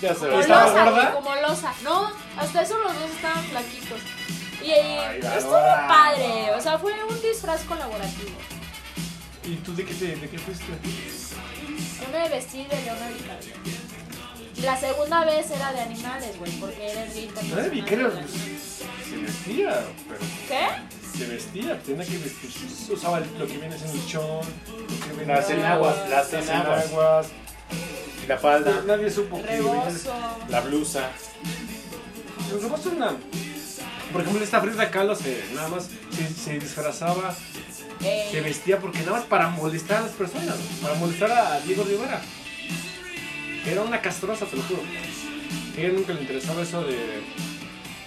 S2: Ya se
S3: Como
S2: ve.
S4: ¿Estaba
S3: losa,
S4: gorda?
S3: güey, como losa. No, hasta eso los dos estaban flaquitos. Y
S4: Ay,
S3: estuvo
S4: la verdad.
S3: padre, o sea, fue un disfraz colaborativo.
S4: ¿Y tú de qué, te, de qué fuiste?
S3: Yo me vestí de Leonardo DiCaprio. Y la segunda vez era de animales, güey, porque era el
S4: No era viquero, pues, se vestía, pero
S3: ¿Qué?
S4: se vestía, tenía que vestirse. Usaba el- lo que viene siendo el chón, lo que viene
S2: Las enaguas, las enaguas.
S4: enaguas.
S2: La falda,
S4: Nadie supo que
S3: Rebozo.
S2: la blusa.
S4: Los demás son Pues, una- Por ejemplo, esta Frida Kahlo se, nada más se, se disfrazaba,
S3: eh,
S4: se vestía porque nada más para molestar a las personas, para molestar a Diego Rivera. Era una castrosa, te lo juro. A ella nunca le interesaba eso de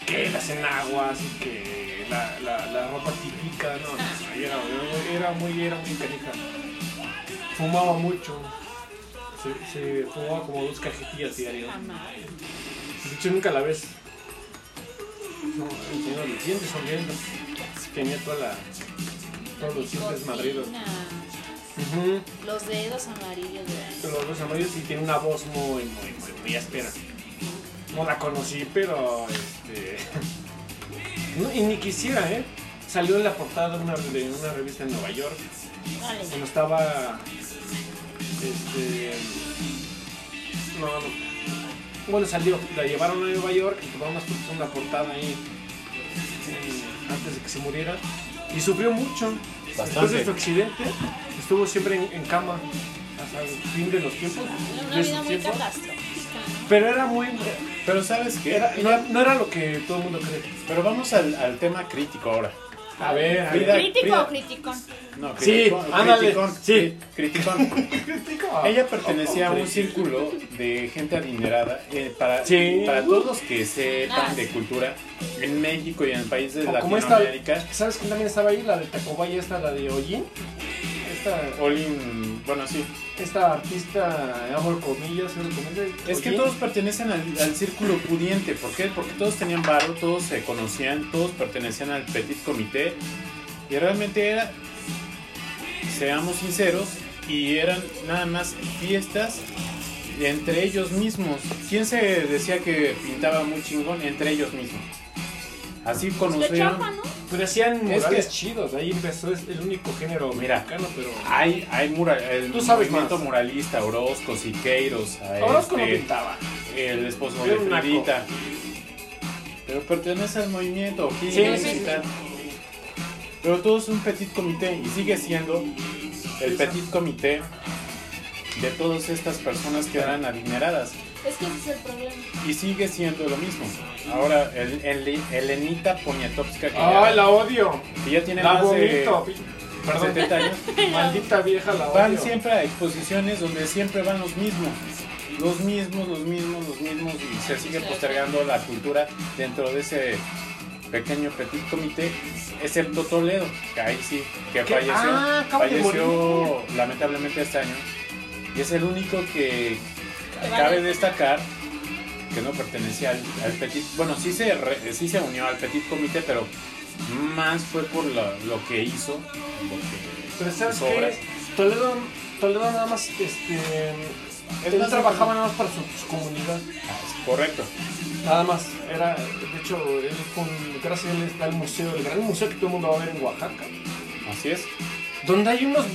S4: que las enaguas y que la, la, la ropa típica, no, no, ella era, era muy, era muy canija. Fumaba mucho. Se, se fumaba como dos cajetillas diarias. De hecho, nunca la ves. No, enseñando los dientes sonriendo. Tenía toda la, todos los dientes madridos.
S3: cortina,
S4: Ujú.
S3: Los dedos amarillos, güey.
S4: Pero los dos amarillos y tiene una voz muy, muy, muy, muy áspera. No la conocí, pero este. no, y ni quisiera, ¿eh? Salió en la portada de una, de una revista en Nueva York
S3: Vale.
S4: cuando estaba este no, no bueno salió la llevaron a Nueva York y tomamos una portada ahí eh, antes de que se muriera y sufrió mucho después
S2: Bastante.
S4: de su accidente estuvo siempre en, en cama hasta el fin de los tiempos
S3: Era una
S4: de sus
S3: vida muy
S4: tiempos.
S3: catastrófica, ¿no?
S4: pero era muy
S2: Pero sabes qué?
S4: era- no, no era lo que todo el mundo cree
S2: Pero vamos al, al tema crítico ahora.
S4: a ver a
S2: Frida-
S3: ¿Crítico
S2: Frida-
S3: o criticón?
S2: No,
S4: Sí, ándale, sí.
S2: criticón. Ella pertenecía a un círculo de gente adinerada. eh, para,
S4: Sí.
S2: para todos los que sepan
S3: Ah.
S2: de cultura, en México y en países de
S4: O como esta,
S2: Latinoamérica,
S4: ¿sabes quién también estaba ahí? La de Tacobaya, esta, la de Ollín. Esta,
S2: Olin, bueno, sí.
S4: esta artista, amor comillas, abro comillas.
S2: Es que
S4: Ollín.
S2: todos pertenecen al, al círculo pudiente. ¿Por qué? Porque todos tenían barro, todos se conocían, todos pertenecían al petit comité. Y realmente era, seamos sinceros, y eran nada más fiestas entre ellos mismos. ¿Quién se decía que pintaba muy chingón? Entre ellos mismos. Así
S3: Lo
S2: conocieron.
S3: chapa, ¿no?
S4: Pero hacían
S2: Es
S4: murales
S2: que-
S4: chidos, ahí empezó es el único género
S2: Mira. Ah,
S4: mexicano, pero...
S2: Hay, hay mural, el
S4: Tú sabes
S2: movimiento
S4: más.
S2: muralista, Orozco, Siqueiros, a
S4: Orozco no
S2: este,
S4: pintaba.
S2: el esposo
S4: Era
S2: de
S4: un naco.
S2: Fridita. Pero pertenece al movimiento, O'Higgins
S4: Sí,
S2: y
S4: sí,
S2: tal. Pero todo es un petit comité y sigue siendo el petit comité de todas estas personas que eran adineradas.
S3: Es que ese es el problema.
S2: Y sigue siendo lo mismo. Ahora, el, el- Elenita Poniatowska, que,
S4: ¡Ay,
S2: ya,
S4: Ah, la odio!
S2: que ya tiene
S4: La
S2: más de
S4: vomito. pi- Perdón,
S2: 70 años,
S4: maldita vieja la odio.
S2: van siempre a exposiciones donde siempre van los mismos. Los mismos, los mismos, los mismos. Y se sigue postergando la cultura dentro de ese pequeño petit comité, excepto Toledo, que ahí sí, que
S4: ¿Qué?
S2: falleció.
S4: Ah, acaba de
S2: falleció lamentablemente este año. Y es el único que
S3: Que
S2: cabe
S3: vale.
S2: destacar que no pertenecía al, al petit. Bueno, sí se, re- sí se unió al petit comité, pero más fue por la- lo que hizo. lo que
S4: Pero ¿sabes
S2: hizo
S4: qué?
S2: obras.
S4: Toledo, Toledo nada más, este... Él
S2: más,
S4: trabajaba nada más para su, su comunidad.
S2: ah, Correcto.
S4: Nada más, era, de hecho, él con, gracias a él está el museo, el gran museo que todo el mundo va a ver en Oaxaca,
S2: Así es.
S4: donde hay unos,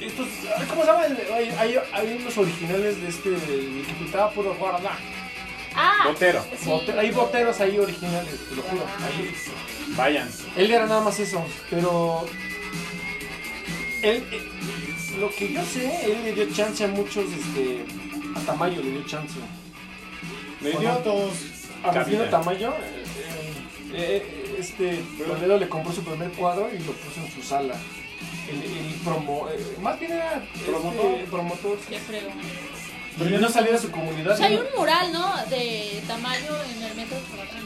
S4: estos, ay, ¿cómo se llama? El- Hay, hay, hay unos originales de este, el que pintaba puro guarda,
S3: Ah,
S2: Botero.
S3: sí.
S4: Bote- hay boteros ahí originales, te lo juro, ahí.
S2: Vayan.
S4: Él era nada más eso, pero él, eh, lo que yo sé, él le dio chance a muchos, este, a Tamayo le dio chance.
S2: Le dio
S4: Bueno.
S2: a todos.
S4: Agustino
S2: cabida.
S4: Tamayo, eh, eh, este Toledo le compró su primer cuadro y lo puso en su sala. El, el promo, eh, más bien era este,
S2: Promotor.
S4: promotor.
S3: Qué fregón.
S4: Donde no saliera su comunidad.
S3: O sea, hay
S4: ¿no?
S3: un mural, ¿no? De tamaño en el metro de Coyoacán.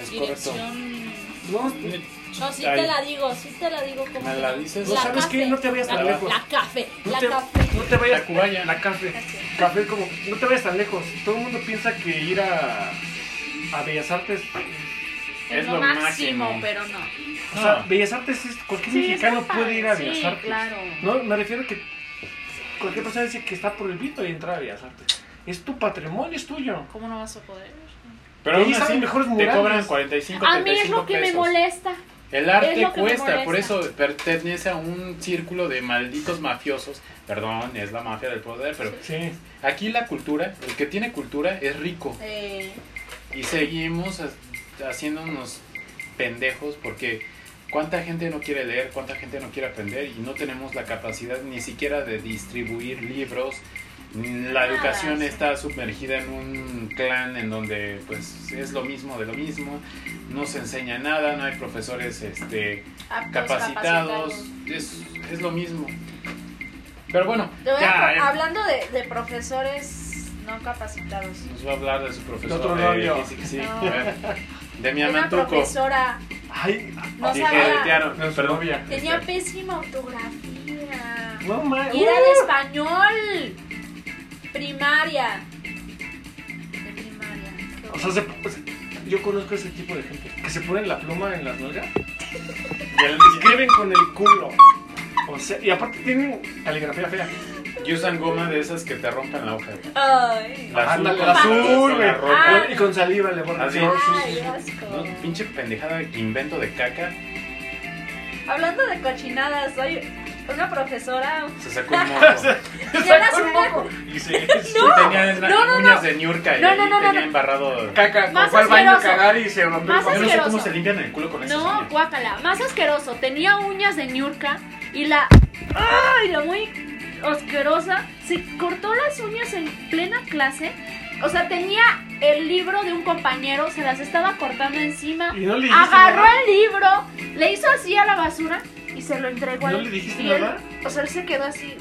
S2: Es correcto.
S3: Dirección.
S4: No,
S3: No, sí
S2: Ahí.
S3: te la digo, sí te la digo como.
S2: ¿Me la dices?
S4: No sabes qué, no te vayas
S3: la,
S4: tan lejos.
S3: La café,
S4: No
S3: la
S4: te,
S3: café.
S4: no te vayas
S2: Tacubaya.
S4: La café. Café como. No te vayas tan lejos. Todo el mundo piensa que ir a, a Bellas Artes.
S2: Es lo máximo.
S3: pero no.
S4: O sea,
S2: No.
S4: Bellas Artes es. Cualquier
S3: Sí,
S4: mexicano
S3: está padre,
S4: puede ir a
S3: sí,
S4: Bellas Artes.
S3: claro.
S4: No, me refiero a que cualquier persona dice que está prohibido entrar a Bellas Artes. Es tu patrimonio, es tuyo.
S3: ¿Cómo no vas a poder?
S2: Pero
S4: Ahí
S2: aún
S4: salen
S2: así
S4: mejores
S2: te
S4: murales.
S2: cobran 45
S3: A mí es lo
S2: 35
S3: que me
S2: pesos.
S3: molesta.
S2: El arte
S3: Es lo que me
S2: cuesta, por
S3: molesta.
S2: eso pertenece a un círculo de malditos mafiosos. Perdón, es la mafia del poder, pero
S4: Sí.
S2: aquí la cultura, el que tiene cultura es rico
S3: Eh,
S2: y seguimos ha- haciéndonos pendejos porque cuánta gente no quiere leer, cuánta gente no quiere aprender y no tenemos la capacidad ni siquiera de distribuir libros. La
S3: Nada,
S2: educación
S3: sí.
S2: está sumergida en un clan en donde pues es lo mismo de lo mismo, no se enseña nada, no hay profesores este
S3: aptos,
S2: capacitados, es, es lo mismo. Pero bueno,
S3: Te voy a-
S2: ya, eh,
S3: hablando de, de profesores no capacitados.
S2: nos va a hablar de su profesor
S4: otro
S2: de
S4: novio.
S2: física, sí,
S3: No.
S2: a ver, de mi
S3: Una
S2: amantuco.
S3: profesora
S4: Ay,
S3: no
S2: Dije,
S3: sabía.
S2: "Tearon",
S4: no,
S2: perdón.
S4: novia.
S3: Tenía pésima ortografía.
S4: No uh. mames.
S3: Y era de español. Primaria. De primaria.
S4: O sea, se- pues, yo conozco ese tipo de gente. Que se ponen la pluma en las nalgas.
S2: Y él
S4: y Escriben con el culo. O sea, y aparte tienen caligrafía fea.
S2: Y usan goma de esas que te rompen la hoja. güey.
S3: Ay.
S2: La azul,
S4: Ándale,
S2: con
S4: la
S2: la
S4: azul,
S2: con
S4: güey.
S2: la roja.
S3: Ah.
S4: Con- Y con saliva le borran.
S2: Así.
S4: Sí, sí,
S3: Ay,
S4: sí.
S3: asco.
S2: No, pinche pendejada que invento de caca.
S3: Hablando de cochinadas, soy una profesora.
S2: Se sacó un moco.
S3: Eras una-
S4: Y se-
S2: Y tenía en la-
S3: no, no,
S2: uñas
S3: no.
S2: de ñurca y
S3: No, no, no,
S2: tenía
S3: no, no.
S2: embarrado.
S4: Caca,
S3: Más
S4: con cuál baño a
S3: asqueroso.
S4: cagar y se rompió.
S3: Más
S2: Yo no sé
S3: asqueroso.
S2: cómo se limpian el culo con esas
S3: No,
S2: uñas.
S3: guácala. Más asqueroso. Tenía uñas de ñurca y la. ¡Ay! La muy asquerosa. Se cortó las uñas en plena clase. O sea, tenía el libro de un compañero, se las estaba cortando encima.
S4: Y no le dijiste
S3: agarró
S4: nada.
S3: el libro, le hizo así a la basura y se lo entregó
S4: ¿No
S3: al-
S4: le dijiste
S3: y él-
S4: nada?
S3: O sea, él se quedó así.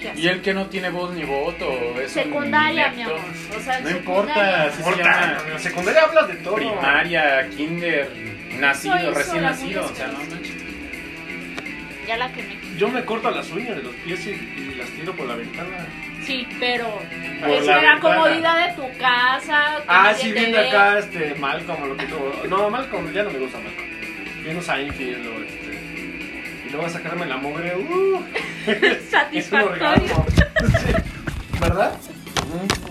S3: ¿Qué hace?
S2: Y él que no tiene voz ni voto. Es un
S3: Secundaria, mi
S2: inepto.
S3: amor. O sea, en
S2: No
S3: secundaria.
S2: importa, así se
S4: Corta.
S2: llama.
S4: En la secundaria hablas de todo.
S2: Primaria, kinder, nacido,
S3: Soy
S2: recién
S3: sola,
S2: nacido.
S3: muy
S2: O sea, no manches.
S3: Ya la quemé.
S4: Yo me corto las uñas de los pies y, y las tiro por la ventana.
S3: Sí, pero.
S2: Por
S3: es
S2: la
S3: la,
S2: ventana.
S3: comodidad de tu casa. que
S4: Ah,
S3: nadie
S4: sí,
S3: te
S4: viendo
S3: ve.
S4: acá este Malcolm o lo que tú. No, Malcolm, ya no me gusta Malcolm. Viendo Seinfeld o este. Y luego sacarme la mugre. Uh, es un
S3: Satisfactorio.
S4: orgasmo. Sí, ¿Verdad?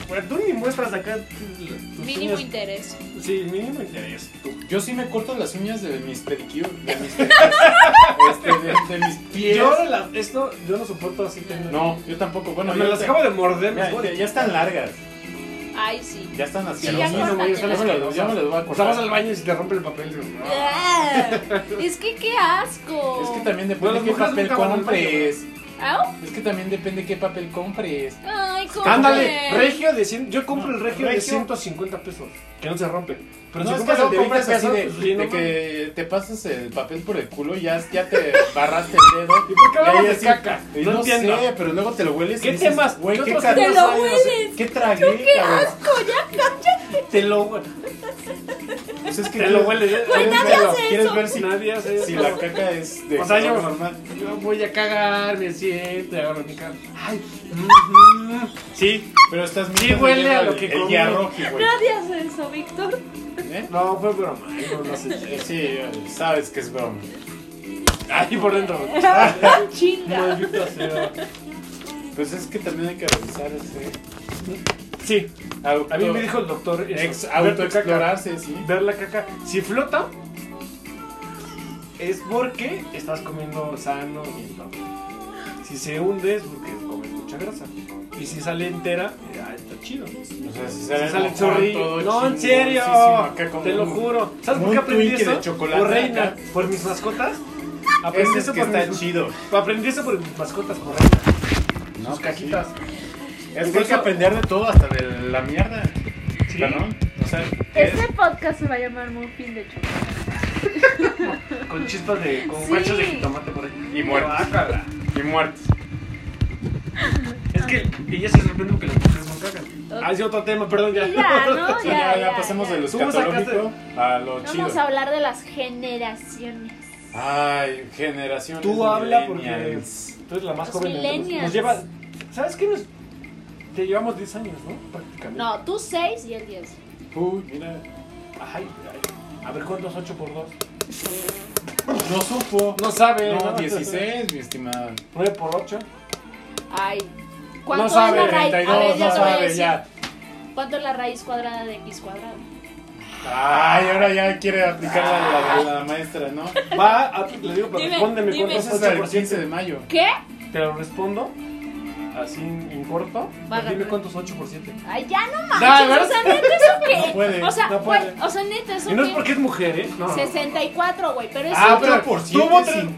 S4: Bueno, tú ni muestras acá tus tus
S3: Mínimo
S4: uñas.
S3: interés.
S4: Sí, mínimo interés. Tú.
S2: Yo sí me corto las uñas de mis pedicures, de mis pedicures, este, de, de mis pies.
S4: Yo ahora la- esto yo no soporto así tener.
S2: No, yo tampoco. Bueno,
S4: me
S2: yo
S4: las
S2: te-
S4: acabo de morder. me
S2: Mira, ya,
S4: duele.
S2: ya están largas.
S3: Ay, sí.
S2: Ya están
S3: Sí,
S2: asquerosas.
S3: ya
S4: no, güey,
S3: córtatela.
S4: solo-
S2: Ya me lo- ya me lo voy a
S4: O sea, vas
S2: cortar.
S4: al baño y se te rompe el papel. digo, no.
S3: Es que qué asco.
S2: Es que también depende
S4: Bueno, las
S2: qué
S4: mujeres
S2: papel
S4: nunca van al baño,
S2: compres.
S3: Au.
S2: Es que también depende qué papel compres.
S3: Ay, cómo.
S4: Ándale,
S3: es.
S4: regio de 100. Yo compro el regio, de
S2: regio.
S4: 150 pesos. Que no se rompe. Pero
S2: no,
S4: si
S2: es que
S4: compras
S2: lo de
S4: el de 20
S2: ubicas
S4: pesos,
S2: así de,
S4: pues, sí,
S2: de
S4: no mames.
S2: que te pasas el papel por el culo, ya, ya te barraste el dedo.
S4: ¿Y por
S2: Y
S4: qué
S2: ahí
S4: hablamos de
S2: así-
S4: caca?
S2: y
S4: No
S2: no
S4: entiendo.
S2: sé, pero luego te lo hueles. y
S4: ¿Qué
S2: dices,
S4: temas?
S2: Güey,
S4: ¿Qué
S2: qué
S4: otros
S2: caca
S4: temas
S2: sabe,
S3: hay?
S2: no sé,
S3: hueles.
S2: ¿Qué tragué, cabrón?
S4: Te lo,
S2: Pues es que
S4: te lo
S2: quieres-
S4: huele.
S2: ¿Quieres
S4: nadie
S2: verlo?
S4: hace
S2: ¿Quieres ver si,
S4: Nadie hace
S2: si
S4: eso.
S2: la caca es de
S4: O sea,
S2: color
S4: yo-
S2: normal?
S4: Yo voy a cagar, me siento, y agarro mi cara. Ay, ujú. sí.
S2: Pero estás
S4: Sí, huele a lo que
S2: el
S4: comí.
S2: yarroqui, güey.
S3: Nadie hace eso, Víctor.
S2: ¿Eh?
S4: No, fue broma. No, no sé.
S2: Eh, Sí, sabes que es broma.
S4: Ay, por dentro.
S3: Chinga.
S4: Maldito sea.
S2: Pues es que también hay que revisar este ese.
S4: Sí,
S2: Auto,
S4: a mí me dijo el doctor. eso,
S2: ex,
S4: ver tu caca.
S2: autoexplorarse, sí.
S4: ver la caca. Si flota, es porque estás comiendo sano y todo. Si se hunde, es porque comes mucha grasa. Y si sale entera, eh, ah, está chido. Si
S2: O sea, si
S4: sale el
S2: mojón,
S4: chorrillo.
S2: todo
S4: No, en
S2: chingón,
S4: serio.
S2: sí, sí, acá como
S4: Te lo
S2: un-
S4: juro. ¿Sabes por
S2: un
S4: qué aprendí
S2: Twinkie de
S4: eso?
S2: chocolate
S4: Por reina.
S2: acá.
S4: Por mis mascotas.
S2: Ese
S4: Aprendí
S2: es
S4: eso
S2: que
S4: por
S2: está
S4: mis-
S2: chido.
S4: Aprendí eso por mis mascotas, por reina.
S2: No,
S4: Sus
S2: pues sí.
S4: caquitas.
S2: Es que
S4: Por
S2: hay que
S4: eso-
S2: aprender de todo, hasta de la mierda.
S4: Sí. Eh.
S2: Perdón. O sea, es-
S3: Este podcast se va a llamar Muffin de Chocolate.
S4: Con chispas de. con
S3: Sí.
S4: guachos de jitomate por ahí.
S2: Y muertos.
S4: Guácala.
S2: y muertos.
S4: Es
S6: que ella se sorprende porque las mujeres no cagan.
S3: Ok.
S4: Ah, sí, otro tema, perdón, ya.
S3: Ya, ¿no?
S2: Sí, ya,
S3: Ya,
S2: ya pasemos
S3: ya.
S2: de los
S4: ¿Cómo sacaste?
S2: escatológico a lo chido.
S3: Vamos a hablar de las generaciones.
S2: Ay, generación.
S4: Tú habla porque tú eres la más
S3: Los
S4: joven. de nosotros.
S3: millennials.
S4: Nos lleva. ¿Sabes qué? Nos, te llevamos 10 años, ¿no? Prácticamente.
S3: No, tú 6 y el 10.
S2: Uy, mira.
S4: Ajá, ay, ay. A ver cuántos 8 por 2.
S2: No supo.
S4: No sabe.
S2: No, 16, mi estimada.
S4: 9 por 8.
S3: Ay. ¿Cuánto
S4: No sabe,
S3: es la raíz? a
S4: 32,
S3: ver, ya
S4: no
S3: te voy a
S4: sabe,
S3: decir.
S4: ya.
S3: ¿Cuánto es la raíz cuadrada de x cuadrado?
S2: Ay, ahora ya quiere aplicar la de la, la maestra, ¿no?
S4: Va, a- le digo, pero
S3: Dime,
S4: respóndeme
S3: dime.
S4: cuántos
S2: Entonces
S4: es
S2: es el
S4: 8
S2: 15 de mayo.
S3: ¿Qué?
S4: Te lo respondo así en, en corto. pero
S3: Vaga.
S4: Dime cuántos 8 por 7.
S3: Ay, ya no
S4: Da,
S3: manches.
S4: ¿verdad?
S3: o sea, neta, ¿eso qué?
S2: No puede,
S3: o sea,
S4: no
S3: güey,
S4: puede.
S3: o sea, neta, ¿eso
S4: Y no es
S3: qué?
S4: porque es mujer, ¿eh? No.
S3: 64, güey, pero es
S4: Ah,
S2: Ocho
S4: pero
S2: por siete,
S4: tuvo tres-
S2: sí.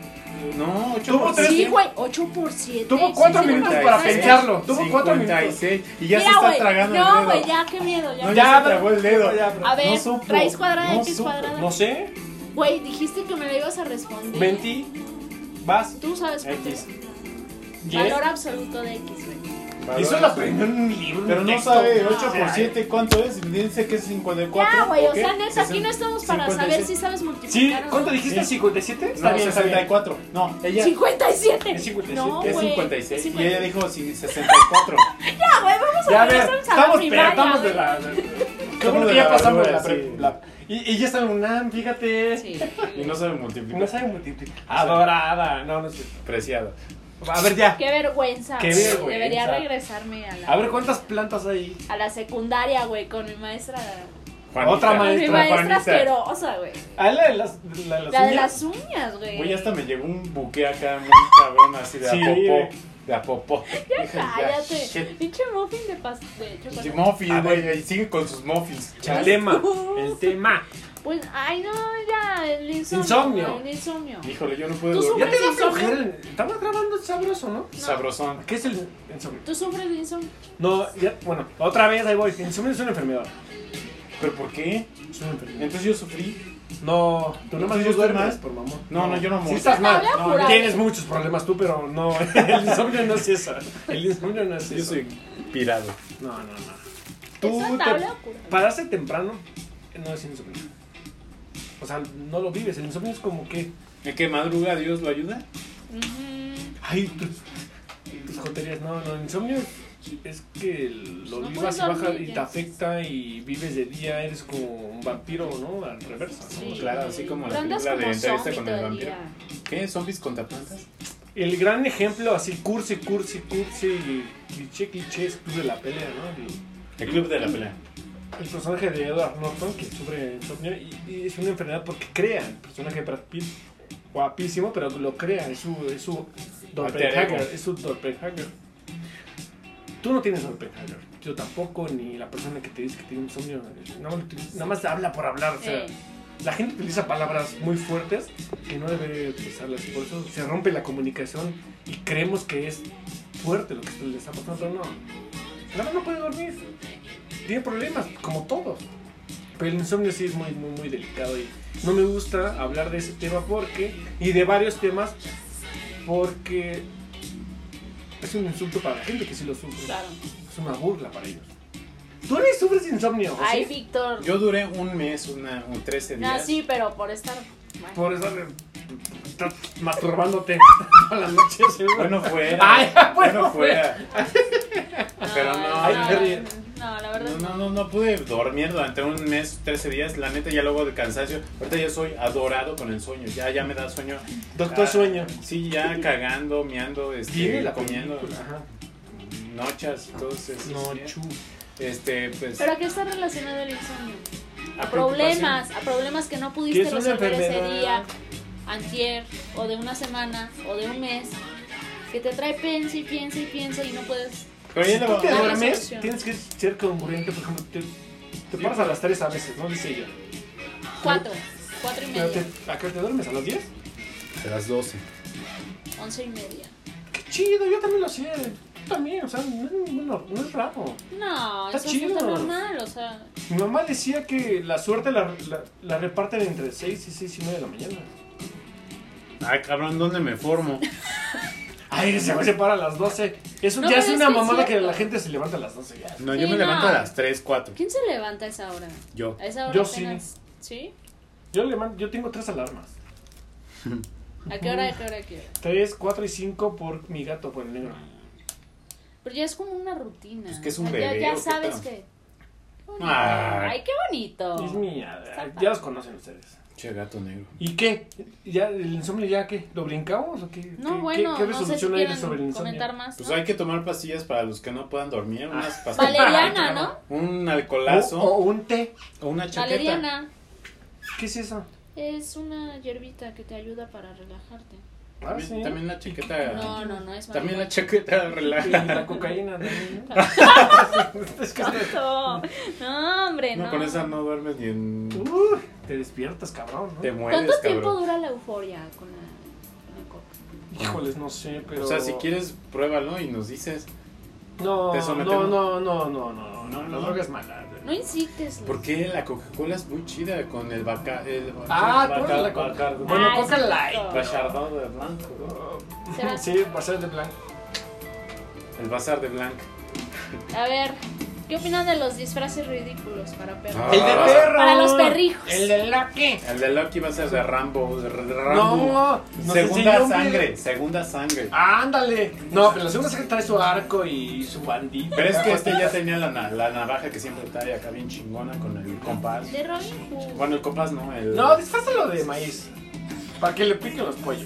S2: No, 8
S4: tuvo
S2: por
S4: tres-
S3: Sí,
S2: siete.
S3: güey, 8 por 7.
S4: Tuvo cuatro minutos para pensarlo. Tuvo cuatro
S2: 56. Y ya se
S3: Mira,
S2: está
S3: güey,
S2: tragando el
S3: No,
S2: dedo.
S3: güey, ya, qué miedo, ya.
S2: No,
S4: Ya,
S2: ya, se
S4: pero-
S2: tragó el dedo.
S4: Ya, pero-
S3: A ver,
S2: no supo,
S3: raíz cuadrada de
S2: no
S3: x
S2: supo,
S3: cuadrada.
S4: No sé.
S3: Güey, dijiste que me lo ibas a responder.
S4: Mentí. Vas.
S3: Tú sabes por qué.
S4: X. Y.
S3: Valor absoluto de X, güey.
S4: Eso lo aprendió en un libro. en
S2: Pero
S4: un
S2: no
S4: texto.
S2: sabe
S3: No.
S2: 8 por 7 cuánto es. Dice que es 54.
S3: Ya, güey, o
S2: ¿ok?
S3: sea, neta, aquí no estamos para saber
S2: 56.
S3: si sabes
S4: Sí,
S3: multiplicar. o no.
S4: ¿cuánto dijiste?
S2: Sí.
S4: ¿57? Está
S2: No,
S4: bien, está bien.
S2: 64. No, ella
S3: 57.
S4: Es 57.
S3: No,
S2: es
S3: güey,
S2: 56. Y
S3: 50.
S2: ella dijo sí, 64.
S3: Ya, güey, vamos a
S4: Ya, a
S3: ver,
S4: ver,
S3: vamos a la
S4: estamos, pero
S3: primaria,
S4: estamos de
S3: güey.
S4: la... de- Qué
S2: Somos
S4: bueno que
S2: de
S4: ya
S2: la
S4: pasamos de la...
S2: basura,
S4: pre-
S2: sí.
S4: la- Y, y ya está en UNAM, fíjate.
S3: Sí.
S2: Y no sabe
S4: No
S2: multiplicar.
S4: sabe multiplicar. Adorada. No, no es cierto.
S2: Preciado.
S4: A ver, ya.
S3: Qué vergüenza.
S4: Qué
S3: güey.
S4: vergüenza.
S3: Debería regresarme a
S4: A
S3: la,
S4: ver, ¿cuántas plantas hay?
S3: a la secundaria, güey, con mi maestra.
S2: Juanita.
S4: Otra
S3: Con mi
S4: Maestra
S3: maestra
S2: Juanita.
S3: asquerosa, güey.
S4: Ah, la de las... La de las
S3: La de
S4: uñas.
S3: las uñas, güey.
S2: Güey, hasta me llegó un buque acá muy cabrón, así de
S4: Sí.
S2: a popó. De a popó. Dije, ya,
S3: Cállate.
S2: shit.
S3: Pinche muffin de pas de
S2: Y
S3: chocolate.
S2: muffins,
S4: A ver.
S2: güey, y sigue con sus muffins.
S4: El
S2: Chale.
S4: tema. El tema.
S3: Pues, ay, no, ya, el insomnio.
S4: Insomnio.
S3: El insomnio.
S2: Híjole, yo no
S3: Tú
S2: puedo
S4: Ya
S2: dormir.
S3: sufres.
S4: te da
S3: Sí, sí,
S4: flojera. el- Estamos grabando el sabroso, ¿no?
S2: Sabrosón.
S4: ¿Qué es el insomnio?
S3: ¿Tú sufres de insomnio?
S4: No, ya, bueno, otra vez ahí voy. El insomnio es una enfermedad.
S2: ¿Pero por qué?
S4: Es una enfermedad.
S2: Entonces yo sufrí.
S4: No, tú
S2: ¿Entonces
S4: nomás
S2: yo
S4: no
S2: estoy
S4: duermes,
S2: mal?
S4: por mamón.
S2: No, no, yo no
S4: Si
S2: muero.
S4: estás mal,
S3: Habla
S4: No,
S3: por ahí.
S4: tienes muchos problemas tú, pero no, el insomnio no es eso. El insomnio no es eso.
S2: Yo soy pirado.
S4: No, no, no.
S3: ¿Eso
S4: Tú
S3: está
S4: te-
S3: habla o cura?
S4: pararse temprano no es insomnio. O sea, no lo vives. El insomnio es como que.
S2: ¿En qué madruga Dios lo ayuda?
S3: Ujú.
S4: Ay, tus, tus joterías. No, no, el insomnio es que lo
S3: No
S4: vivas y
S3: puedes
S4: baja
S3: dormir,
S4: y te
S3: ya.
S4: afecta y vives de día, eres como un vampiro, ¿no? Al reverso. ¿no?
S3: Sí.
S2: Claro, así como la
S3: Tú andas
S2: película de
S3: como
S2: Entrevista
S3: zombie
S2: con
S3: todo
S2: el
S3: el
S2: vampiro.
S3: día.
S2: ¿Qué? ¿Zombies contra plantas?
S4: El gran ejemplo, así, cursi, cursi, cursi, y cliché, cliché, es Club de la Pelea, ¿no? El,
S2: El club de la pelea.
S4: el personaje de Edward Norton, que sufre insomnio, y, y es una enfermedad porque crea, el personaje de Brad Pitt, guapísimo, pero lo crea, es su, es su doppelhanger,
S2: Alter ego.
S4: es su doppelhanger. Tú no tienes doppelhanger, yo tampoco, ni la persona que te dice que tiene insomnio, nada más, nada más habla por hablar, o
S3: Eh.
S4: sea... La gente utiliza palabras muy fuertes que no debe utilizarlas. Por eso se rompe la comunicación y creemos que es fuerte lo que le está pasando, pero no. La mamá no puede dormir. Tiene problemas, como todos. Pero el insomnio sí es muy, muy, muy delicado y no me gusta hablar de ese tema porque, y de varios temas, porque es un insulto para la gente que sí lo sufre.
S3: Claro.
S4: Es una burla para ellos. Tú no sufres insomnio. ¿o
S3: Ay,
S4: sí?
S3: Víctor.
S2: ¿Ah, Yo duré un mes, una, un 13 días.
S3: No, sí, pero por estar. mal.
S4: Por eso me- estás masturbándote a la noche, seguro.
S2: Bueno fuera.
S4: Ay,
S2: bueno fuera. pero no.
S4: Ay,
S3: no,
S4: Terry.
S3: no, la verdad.
S2: No, no, no, no pude dormir durante un mes, 13 días. La neta, ya luego de cansancio. Ahorita ya soy adorado con el sueño. Ya, ya me da sueño.
S4: Doctor
S2: Ah,
S4: Sueño.
S2: Sí, ya cagando, meando, este,
S4: Viene la
S2: comiendo.
S4: película, ajá.
S2: Nochas, entonces.
S4: No,
S2: este,
S4: chu.
S2: Este, pues.
S3: ¿Pero a qué está relacionado el insomnio? A,
S2: a preocupación.
S3: problemas, a problemas que no
S4: Que
S3: pudiste
S4: es una
S3: resolver ese
S4: enfermedad.
S3: día, antier, o de una semana, o de un mes, que te trae piensa y piensa y piensa y no puedes.
S2: Pero ya
S4: Si
S2: le
S4: tú te
S3: Dale
S2: vamos.
S4: duermes,
S3: solución.
S4: tienes que ser congruente. Por ejemplo, te, te paras a las 3 a veces, ¿no? Dice ella.
S3: Cuatro, cuatro y
S4: Pero
S3: media,
S4: te, ¿A qué hora te duermes? ¿A las 10?
S2: A las 12.
S3: once y media.
S4: Qué chido, yo también lo hacía. Tú también, o sea, no, es- no- no es raro.
S3: No,
S4: Está
S3: eso
S4: chido.
S3: está normal, o sea.
S4: Mi mamá decía que la suerte la, la, la reparten entre 6 y 6 y media de la mañana.
S2: Ah, cabrón, ¿dónde me formo?
S4: Ay, ese güey se para a las 12. Eso
S3: No,
S4: ya
S3: pero
S4: es
S3: es
S4: una
S3: que es
S4: mamada que
S3: cierto.
S4: la gente se levanta a las 12. Ya.
S2: No, yo
S3: Sí,
S2: me
S3: no. Eh.
S2: levanto a las 3, 4.
S3: ¿Quién se levanta a esa hora?
S2: Yo.
S3: A esa hora
S4: Yo
S3: apenas- ¿Sí?
S4: Yo, le man- yo tengo tres alarmas.
S3: ¿A qué hora, a qué hora, a qué hora?
S4: Tres, cuatro y cinco por mi gato, por el negro.
S3: Pero ya es como una rutina.
S2: Pues que es un
S3: O sea, ya-
S2: bebé,
S3: Ya,
S2: ¿o qué
S3: sabes
S2: tal? Ah. Ay.
S3: que. Qué bonito. Ay, qué bonito.
S4: Es mi... Ya los conocen ustedes.
S2: Che, gato negro.
S4: ¿Y qué? ¿Ya el insomnio ya qué? ¿Lo brincamos o qué? ¿Qué-
S3: No,
S4: qué-
S3: bueno,
S4: ¿Qué,
S3: no sé si
S4: resolución hay
S3: quieren
S4: sobre el insomnio?
S3: comentar más.
S2: Pues
S3: ¿no?
S2: hay que tomar pastillas para los que no puedan dormir,
S4: Ah.
S2: unas pastillas.
S3: Valeriana, ¿no?
S2: Un
S4: O,
S3: Oh,
S2: alcoholazo
S4: o
S2: o,
S4: un té.
S2: una chaqueta.
S3: Valeriana
S4: ¿Qué es eso?
S3: es una hierbita que te ayuda para relajarte.
S4: Ah,
S2: También,
S4: sí.
S2: también la chaqueta.
S3: No, no, no es
S2: Ah. También la
S3: marihuana.
S2: chaqueta
S4: Y
S2: relaja.
S4: la cocaína también, ¿eh? ¿no? es que esto-
S3: No, no, hombre, no.
S2: No, con esa no duermes ni en.
S4: Uh, te despiertas, cabrón,
S2: Te
S4: ¿no?
S2: mueres,
S3: ¿Cuánto tiempo
S2: cabrón.
S3: dura la euforia con la, con la coca?
S4: Híjoles, no sé, pero...
S2: O sea, si quieres, pruébalo y nos dices.
S4: No,
S2: te
S4: no, no,
S2: sometemos.
S4: no, no, no, no,
S2: No,
S4: La
S2: no.
S4: droga es mala.
S3: No incites.
S2: ¿Por qué la Coca-Cola es muy chida con el vaca. El
S4: Ah,
S2: vaca-
S4: ponle la
S2: vaca-
S4: Coca.
S2: vaca-
S4: Bueno,
S3: Ah,
S4: Coca
S3: sí,
S4: Light.
S3: justo.
S2: Bacardón de blanco. ¿no?
S3: Será-
S4: Sí, va a ser de blanco.
S2: El bazar de blanco.
S3: A ver, ¿qué opinan de los disfraces ridículos para perros?
S2: Ah. El de perro.
S3: Para los perrijos.
S4: El de Loki.
S2: El de Loki va a ser de Rambo. de Rambo.
S4: No, nos enseñó
S2: segunda
S4: un
S2: sangre,
S4: video. Ah,
S2: segunda sangre.
S4: Ándale. No, pero la segunda sangre trae su arco y su bandita. Pues,
S2: Pero es que este ya tenía la, na- la navaja que siempre trae acá bien chingona con el compás.
S3: De Robin Hood.
S2: Ah. Bueno, el compás no, el.
S4: No, disfrázalo de maíz. Para que le piquen los pollos.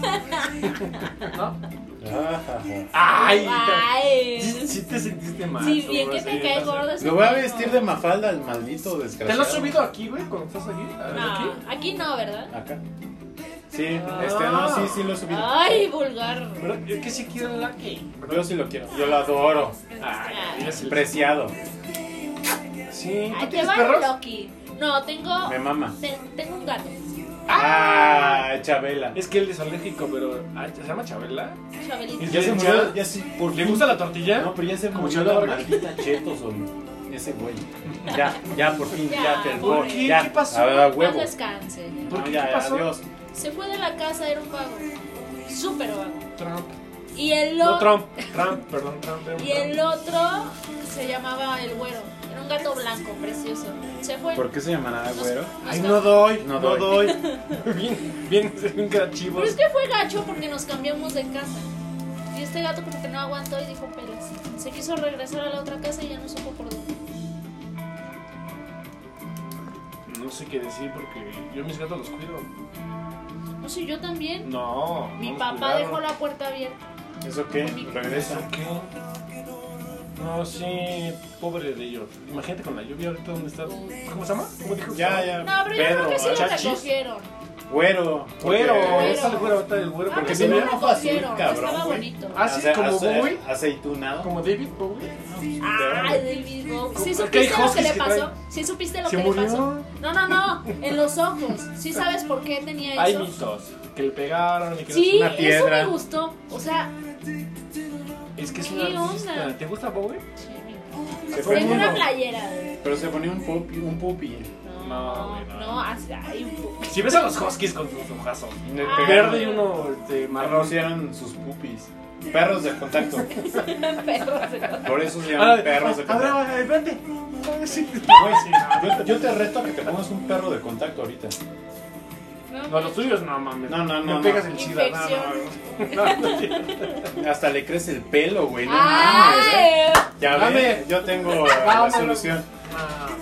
S4: ¿No?
S2: Ah, ja, ja.
S4: Ay,
S3: Ay.
S4: Si te sentiste mal.
S3: Si bien que te
S4: sí,
S3: cae
S4: no sé.
S3: gordo. ese
S2: Lo voy a
S3: perro.
S2: vestir de mafalda al maldito desgraciado.
S4: ¿Te lo has subido aquí, güey? Cuando estás aquí. A ver,
S3: No,
S4: aquí.
S3: aquí no, ¿verdad?
S2: Acá. Sí, este, no,
S4: Ah.
S2: sí, sí lo he subido.
S3: Ay, vulgar.
S4: Pero es que si quiero el Ah, aquí.
S2: Yo sí lo quiero. Yo lo adoro.
S4: Ay, mira si le-
S2: Preciado.
S4: Sí, ¿tú
S3: Ay, te
S4: tienes
S3: va
S4: perros?
S3: Loki. No, tengo.
S2: Me mama.
S3: te- tengo un gato.
S2: Ah, Chabela.
S4: Es que él es alérgico, pero. ah, ¿Se llama Chabela?
S3: Chabelita.
S2: Ya se murió. Ya sí, por
S4: ¿Le
S2: fin.
S4: gusta la tortilla?
S2: No, pero ya se
S4: Como
S2: murió
S4: yo,
S2: la
S4: la
S2: maldita Chetos o ese güey. Ya, ya, por fin,
S3: Ya,
S2: ya, te
S3: ¿por
S2: voy,
S4: qué?
S2: ya.
S4: ¿Qué pasó?
S2: A, a
S3: Paz
S2: huevo.
S3: descanse.
S4: ¿Por
S2: No,
S4: qué?
S2: ya,
S4: ¿Qué pasó?
S2: Adiós.
S3: Se fue de la casa, era un vago. Súper vago.
S4: Trump.
S3: Y el
S4: No,
S3: otro.
S4: Trump. Trump, perdón, Trump. era un
S3: Y el otro se llamaba el güero. Era un gato blanco, precioso. Se fue.
S2: ¿Por qué se llamará
S3: Nos-
S2: güero?
S3: nos
S4: Ay,
S3: cam-
S4: no doy,
S2: No
S4: no,
S2: doy.
S4: doy. bien, bien, bien creativos.
S3: Pero es que fue gacho porque nos cambiamos de casa. Y este gato como que no aguantó y dijo pelas. Se quiso regresar a la otra casa y ya no supo por dónde.
S4: No sé qué decir porque yo mis gatos los cuido.
S3: No sé, yo también.
S4: No. no
S3: Mi
S4: los
S3: papá
S4: cuidaron.
S3: dejó la puerta abierta.
S2: ¿Eso qué? Regresa.
S4: ¿Qué? No, sí, pobre de ellos. Imagínate con la lluvia ahorita dónde está. ¿Cómo se llama? ¿Cómo dijo? que se
S2: Ya,
S4: llama?
S2: ya.
S3: No, pero yo creo
S2: Pedro,
S3: que sí lo
S2: Chachis.
S3: recogieron.
S2: Güero. porque-
S4: Güero,
S3: Güero.
S4: esa güero ahorita del güero.
S3: Ah,
S4: Porque
S3: pero
S2: pues
S4: se
S3: sí
S2: tenía
S3: lo
S4: ve
S2: ojo azul,
S3: recogieron.
S2: cabrón,
S3: estaba
S2: güey.
S3: bonito.
S4: Ah, sí,
S2: Ace-
S4: como
S2: ace-
S4: Bowie.
S2: Aceitunado.
S4: como David Bowie.
S3: Ay, David Bowie. ¿Sí
S4: Es que
S3: supiste
S4: hay
S3: lo que
S4: huskies
S3: le
S4: que
S3: pasó? ¿Sí supiste lo
S4: ¿Se
S3: que
S4: murió?
S3: le pasó? No, no, no. En los ojos. ¿Sí sabes por qué tenía
S4: Hay
S3: eso?
S4: mitos que le pegaron y que
S3: Sí,
S2: una
S3: eso
S2: piedra.
S3: me gustó. O sea,
S4: no- Es que es
S3: ¿Qué
S4: una
S3: onda?
S4: artista. ¿Te gusta Bowie?
S3: sí,
S2: Se fue
S3: tengo una
S2: uno.
S3: playera. de-
S2: Pero se ponía un pupi. Un pupi.
S4: No,
S3: No,
S4: güey, no.
S3: no, así- ay, un poco.
S4: Si ves a los huskies con sus ojazos.
S2: Y le
S3: Ah.
S2: pegaron-
S4: Verde y uno este, marrón.
S2: Arrociaron sus pupis. Perros de contacto.
S3: Perros de contacto.
S2: Por eso se
S4: Ah,
S2: llaman perros de contacto.
S4: Ahora, vente.
S2: Güey, sí,
S4: ah.
S2: yo, yo te reto a que te pongas un perro de contacto ahorita.
S4: No, los tuyos no, mames.
S2: No, no,
S4: Me
S2: no,
S4: pegas
S2: no.
S4: el chida. No, no, no.
S2: Hasta le crece el pelo, güey. No mames, ¿eh?
S3: Ay,
S2: Ya
S4: Dame.
S2: ves, yo tengo la
S4: Vámonos.
S2: solución.
S4: No.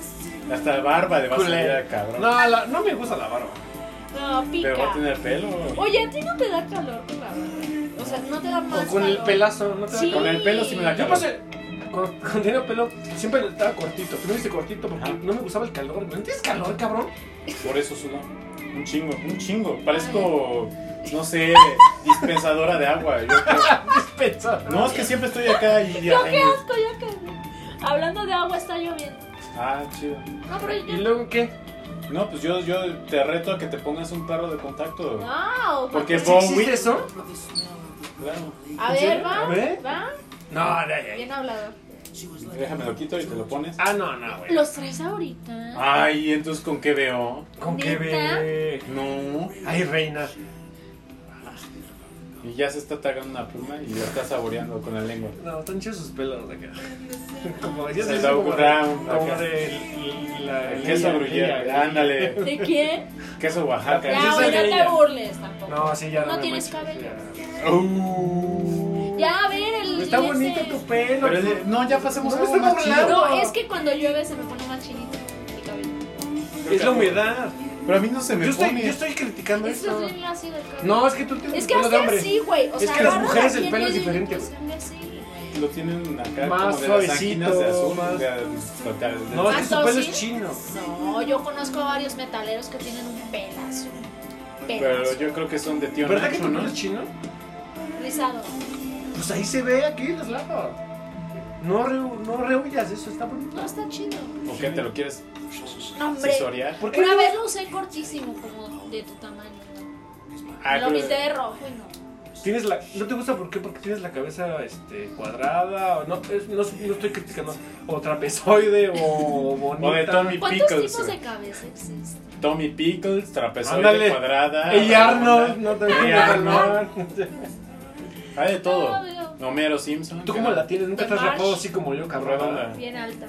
S2: Hasta barba le va a salir
S4: Ah, Culé.
S2: al cabrón.
S4: No, la- no me gusta la barba.
S3: no,
S2: Pero va a
S3: pica.
S2: tener pelo.
S3: Oye, ¿a ti no te da calor con la barba? O sea, ¿no te da más
S4: O con el
S3: calor?
S4: pelazo. No te da
S3: Sí.
S4: calor.
S2: Con el pelo sí me da
S4: Yo
S2: calor.
S4: pasé. Cuando, cuando tenía pelo, siempre estaba cortito. Tú me viste cortito porque no me gustaba el calor. güey. ¿No tienes calor, cabrón?
S2: Por eso sudo. Un chingo, un chingo. Parezco, no sé, dispensadora de agua. yo creo.
S4: Pensaba.
S2: No, es que siempre estoy acá y
S3: Yo qué asco, ya que... Hablando de agua, está lloviendo.
S2: Ah, chido.
S3: No, pero
S4: ¿Y
S3: yo...
S4: luego qué?
S2: No, pues yo, yo te reto a que te pongas un perro de contacto.
S3: No,
S2: Porque
S4: ¿Sí
S2: Bowie.
S4: existe eso?
S2: Claro.
S3: A
S4: ¿En
S3: ver,
S4: serio?
S3: va,
S4: A ver.
S3: va.
S4: No, no, no.
S3: Bien hablador.
S2: Déjame lo quito y te lo pones.
S4: Ah, no, no, güey.
S3: Los traes
S4: Ah.
S3: ahorita.
S2: Ay, entonces con qué veo?
S4: ¿Con qué
S3: ¿Neta?
S4: ve?
S2: No.
S4: Ay, reina.
S2: Y ya se está tragando una pluma y lo está saboreando con la lengua.
S4: No, están chidos sus pelos acá. Como decías,
S2: Se
S4: es
S2: da un
S4: como,
S2: round
S4: como
S2: acá.
S4: de l- la
S2: El queso
S4: línea,
S2: gruyere,
S4: línea.
S2: ándale.
S7: ¿De quién?
S2: Queso Oaxaca.
S7: Ya,
S4: soy
S7: güey, no
S4: de
S7: te
S4: ella.
S7: burles tampoco.
S4: No, sí, ya
S7: No
S4: me
S7: tienes
S4: manches,
S7: cabello.
S4: ya.
S2: Uh.
S7: Ya, a ver, el.
S4: Pues Está
S7: ese-
S4: bonito tu pelo.
S2: Pero es de- no, ya pasemos
S4: No,
S2: a algo
S4: estamos
S2: más
S4: hablando.
S2: chido.
S7: No, es que cuando llueve se me pone más chinito mi cabello.
S4: Es la humedad.
S2: Pero a mí no se me
S4: Yo estoy,
S2: pone.
S4: yo estoy criticando
S7: Es que
S4: esto.
S7: es bien así del cabello.
S4: No, es que tú tienes
S7: Es que
S4: pelo de
S7: hace
S4: hombre.
S7: así, güey. O
S4: Es
S7: sea,
S4: que las
S7: agarra
S4: mujeres
S7: la
S4: el pelo es
S7: piel y
S4: diferente,
S7: pues, así.
S2: Lo tienen acá
S4: Más
S2: como de las
S4: suavecito,
S2: anginas de azul.
S4: más-
S2: de azul.
S4: No, es
S7: Ah,
S4: que su
S7: ¿so
S4: pelo
S7: sí?
S4: es chino.
S7: No, yo conozco a varios metaleros que tienen un pelazo.
S2: Pero
S7: Pelazo.
S2: yo creo que son de tío
S4: ¿Verdad que
S2: Nacho,
S4: tu
S2: ¿no?
S4: pelo es chino?
S7: Rizado.
S4: Pues ahí se ve aquí en los lados. No, re, no rehuyas eso, está bonito.
S7: No, está chido.
S2: ¿O qué te lo quieres
S7: No, hombre.
S2: asesorear?
S4: ¿Por qué
S7: Una
S4: no?
S7: vez lo usé cortísimo, como de tu tamaño.
S2: Ah,
S7: lo
S2: pero-
S7: pinté de rojo y no.
S4: Tienes la, ¿No te gusta por qué? Porque tienes la cabeza este, cuadrada, o no, es- no, no estoy criticando, o trapezoide, o bonita.
S2: O de Tommy
S7: ¿Cuántos
S2: Pickles.
S7: tipos
S2: güey.
S7: de cabeza este? existen?
S2: Tommy Pickles, trapezoide
S4: Ándale.
S2: pues, cuadrada.
S4: Ey, Arnold,
S2: redonda.
S4: no te
S2: Ey,
S4: gusta,
S2: Arnold. Hay de todo.
S7: No,
S2: Homero Simpson.
S4: ¿Tú cómo la tienes? ¿Nunca
S7: De
S4: te has rapado
S7: Marsh.
S4: así como yo, cabrón?
S2: Redonda.
S7: Bien alta.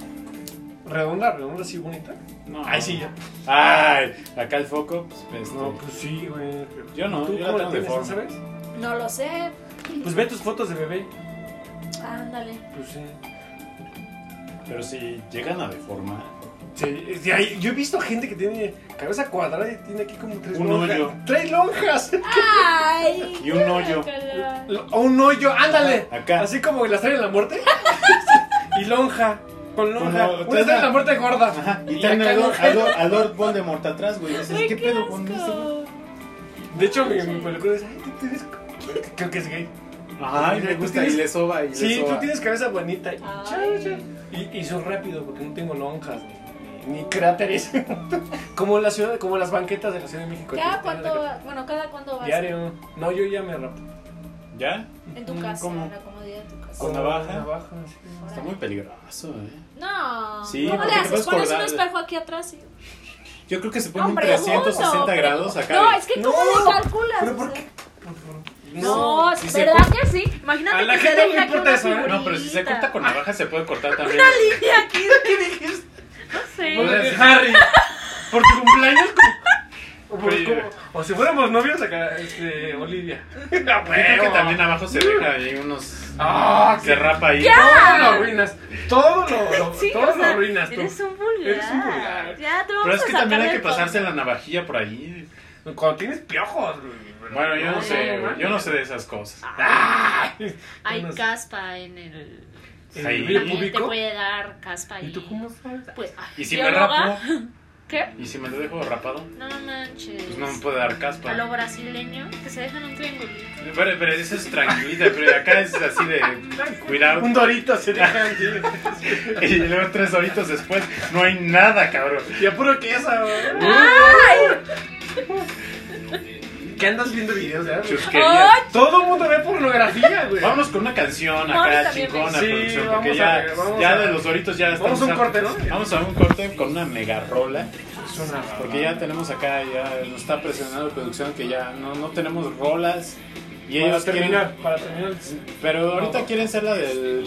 S4: ¿Redonda? ¿Redonda así bonita?
S2: No.
S4: Ay, sí, ya.
S2: Ay, acá el foco, pues, pues, este,
S4: No, pues sí, güey.
S2: Yo no,
S4: ¿Tú
S2: yo la
S4: cómo la
S2: tengo de forma.
S4: tienes, sabes?
S7: No lo sé.
S4: Pues ve tus fotos de bebé.
S7: Ándale.
S4: Pues sí.
S2: Pero si llegan a deformar.
S4: Sí, es de ahí. yo he visto gente que tiene cabeza cuadrada y tiene aquí como tres
S2: Un
S4: lonjas.
S2: hoyo.
S4: ¡Tres lonjas!
S7: ¡Ay!
S2: Y un hoyo.
S7: guácala.
S4: Lo- O un hoyo, ándale.
S2: Ah, Acá.
S4: Así como la estrella de la muerte. y lonja. Con lonja.
S2: Como-
S4: una estrella de la muerte gorda.
S2: Ajá. Y
S4: Y
S2: traen
S4: acá
S2: a Lord,
S4: lonja.
S2: a Lord, a Lord Voldemort atrás, güey. Dices,
S7: Ay,
S2: ¿qué, pedo con
S7: asco.
S2: este güey?
S4: De hecho, mi, mi película es. Ay, tú tienes. co- Creo que es gay.
S2: Ay, me
S4: Tú
S2: gusta.
S4: tienes-
S2: Y le soba, y le
S4: Sí,
S2: soba.
S4: tú tienes cabeza bonita. Chao, chao. Y, y soy rápido porque no tengo lonjas. Ni, ni cráteres. como la ciudad, como las banquetas de la Ciudad de México.
S7: ¿Cada cuánto vas? Bueno, ¿cada cuánto vas?
S4: Diario. No, yo ya me rapo.
S2: ¿Ya?
S7: En tu casa,
S2: Mm, ¿Cómo?
S7: en la comodidad de tu casa.
S2: ¿Con navaja?
S4: Navaja, sí.
S2: Está muy peligroso, eh.
S7: No.
S2: Sí,
S7: ¿Cómo le
S2: porque te
S7: haces?
S2: puedes
S7: Pones un
S2: colgar.
S7: espejo aquí atrás y...
S2: Yo creo que se pone un
S7: Hombre,
S2: 360
S7: junto,
S2: grados
S7: pero-
S2: acá.
S3: No,
S2: de-
S3: es que
S4: No,
S3: ¿cómo le calculas?
S4: pero ¿por
S3: O sea,
S4: qué?
S3: No,
S2: Sí se
S3: ¿verdad
S2: corta.
S3: que sí? Imagínate
S4: A la
S3: que te
S4: gente no le
S3: deje aquí
S4: importa
S3: una
S4: eso, ¿eh?
S3: figurita.
S2: No, pero si se corta con navaja se puede cortar también.
S3: Una línea aquí de... No
S4: Por
S3: sé.
S2: Pues,
S4: el Harry. Por tu cumpleaños. como- o por-
S2: Oye.
S4: como- O si fuéramos novios acá, este, Olivia.
S3: Ah,
S2: Yo creo que también abajo se deja ahí unos.
S4: Ah,
S2: Se rapa ahí.
S4: Todo lo arruinas. Todo lo, lo-
S3: Ah. Sí,
S4: todo
S3: o sea,
S4: lo arruinas tú.
S3: Eres un vulgar.
S4: Eres un vulgar.
S3: Ya, te vamos
S2: Pero es
S3: a
S2: que
S3: sacar
S2: también hay
S3: del
S2: que pasarse
S3: podcast.
S2: la navajilla por ahí.
S4: Cuando tienes piojos. güey, pero-
S2: Bueno, yo no sé,
S4: mames.
S2: yo no sé de esas cosas.
S4: Ay,
S3: Hay
S4: unos-
S3: caspa en el...
S4: el
S2: Ahí.
S4: vello
S3: También te
S4: púbico.
S3: puede dar caspa ahí.
S4: ¿Y tú cómo sabes?
S3: Pues,
S7: ah,
S3: ay,
S2: ¿Y si me
S3: bióloga.
S2: rapo?
S3: ¿Qué?
S2: ¿Y si me lo dejo rapado?
S3: No manches.
S2: Pues no me puede dar caspa.
S3: A lo brasileño, que se dejan un triangulito.
S2: Pero, pero eso es tranquilita, pero acá es así de cuidado.
S4: Un dorito se deja así.
S2: Y luego tres horitos después no hay nada, cabrón.
S4: Y a puro queso. güey. ¿Qué andas viendo videos, ya?
S2: Chusquerías.
S4: Todo el mundo ve pornografía, güey.
S2: Vámonos con una canción acá
S3: Vamos también,
S2: chingona,
S4: sí,
S2: producción,
S4: vamos
S2: porque
S4: a-
S2: ya,
S4: vamos
S2: ya
S4: a-
S2: de los doritos ya estamos.
S4: vamos a un corte, ¿no?
S2: Vamos a un corte con una mega rola.
S4: Es una
S2: Porque ya tenemos acá, ya nos está presionando producción que ya no, no tenemos rolas. Y
S4: para
S2: ellos
S4: terminar,
S2: quieren,
S4: para terminar.
S2: pero ahorita quieren ser la del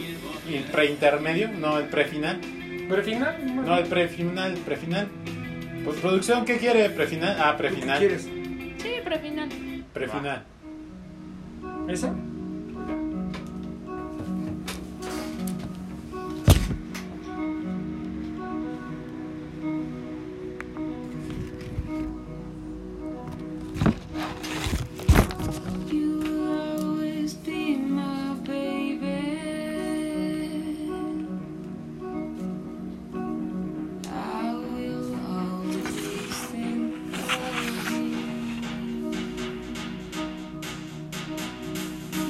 S2: el preintermedio, no el prefinal.
S4: Pero al final,
S2: No, el prefinal, prefinal. Pues producción, ¿qué quiere? Prefinal. Ah,
S4: ¿tú qué
S2: prefinal.
S4: quieres?
S3: Sí, pero al final.
S2: Prefinal.
S4: ¿Esa?
S8: Thank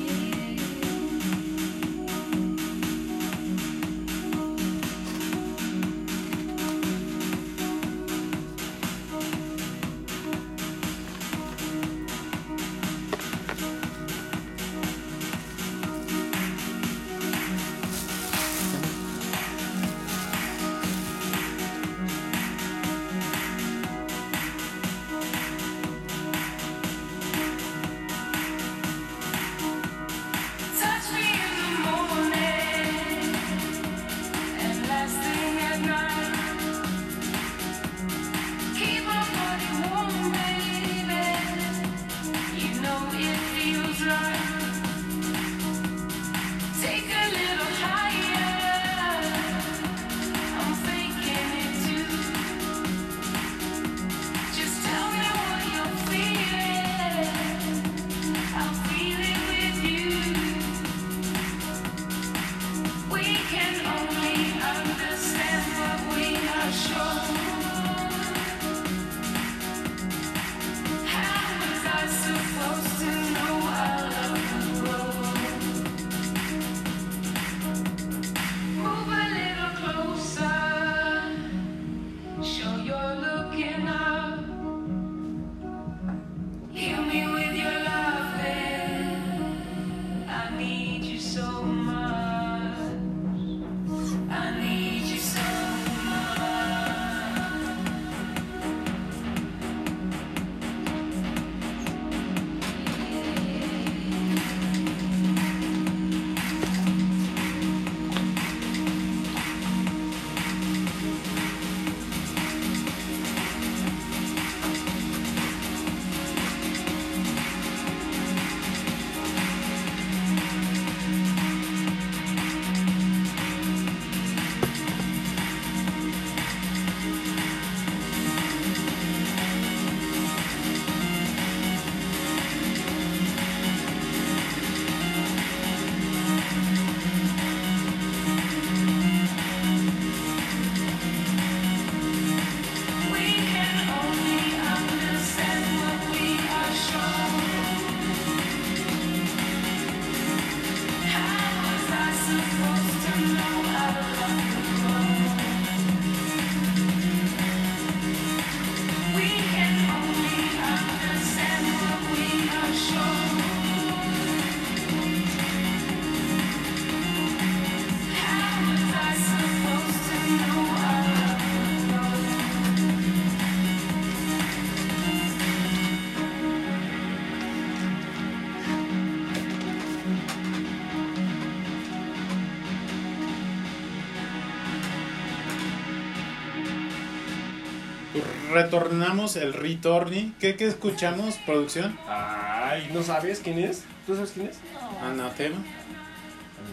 S2: Pues, Retornamos el Ritorni. ¿Qué, ¿Qué escuchamos, producción?
S4: Ay, ¿no sabes quién es? ¿Tú sabes quién es?
S2: Anatema.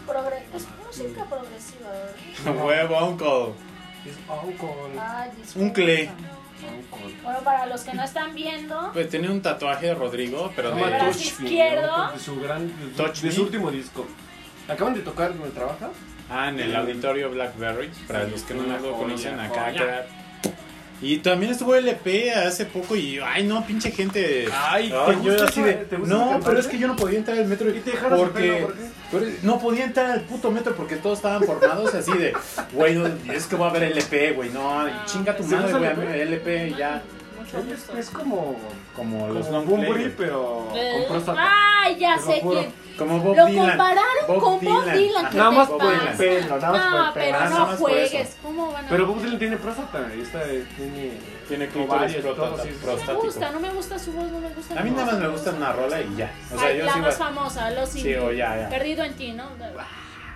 S7: Progre- es música progresiva. ¿verdad?
S2: Huevo, uncle.
S4: Es Uncle.
S7: Ay,
S2: Un cle.
S4: Uncle.
S7: Bueno, para los que no están viendo,
S2: Pues tenía un tatuaje de Rodrigo, pero
S4: Se
S2: de.
S4: llama
S7: Brazo
S4: Touch Me,
S7: izquierdo.
S4: ¿no? De su gran. de su-
S2: Touch
S4: de su
S2: Me.
S4: último disco. Acaban de tocar donde trabaja.
S2: Ah, en el auditorio Blackberry, para los que no
S4: Una
S2: lo
S4: joya,
S2: conocen acá.
S4: joya.
S2: acá. Y también estuvo LP hace poco y, ay no, pinche gente.
S4: Ay, ¿te
S2: yo
S4: gusta
S2: así
S4: esa-
S2: de,
S4: te gusta esa
S2: No,
S4: cantante?
S2: pero es que yo no podía entrar al metro
S4: ¿Y te dejaron su pelo, por qué?
S2: pero no podía entrar al puto metro porque todos estaban formados así de, güey, no, es que va a haber LP, güey, no,
S3: Ah,
S2: chinga tu
S4: ¿se
S2: madre,
S4: usa
S2: güey,
S4: LP?
S2: LP y ya.
S3: Mucho
S4: Es,
S3: gusto.
S4: es como.
S2: Como los
S4: Como
S2: non
S4: Bunbury,
S2: players.
S4: pero.
S3: Eh,
S4: Con próstata.
S7: ay, ya
S4: Te lo
S7: sé
S4: juro.
S7: quién.
S2: Como Bob
S7: Lo
S2: Dylan.
S7: compararon con Bob Dylan,
S2: Ajá,
S7: ¿qué
S4: Nada
S7: te
S4: más
S7: pasa?
S4: por el pelo, nada más
S3: Ah,
S7: No,
S4: por el pelo.
S7: pero
S2: nada
S7: no
S2: más por
S7: juegues.
S2: eso.
S7: ¿Cómo van a.?
S4: Pero Bob Dylan tiene próstata. y Esta eh, tiene.
S2: Tiene
S4: como
S2: clítoris
S4: varios,
S2: próstata-
S4: todos, sí, sí, sí.
S7: No me
S2: prostático.
S7: gusta, no me gusta su voz, no me gusta.
S2: A mí
S7: su
S2: nada
S7: voz.
S2: más me gusta una rola y ya. O sea,
S7: Ay,
S2: yo
S7: la
S2: sí
S7: más
S2: iba-
S7: famosa, los
S2: Sí,
S7: Indies.
S2: o ya, ya.
S7: Perdido en ti, ¿no?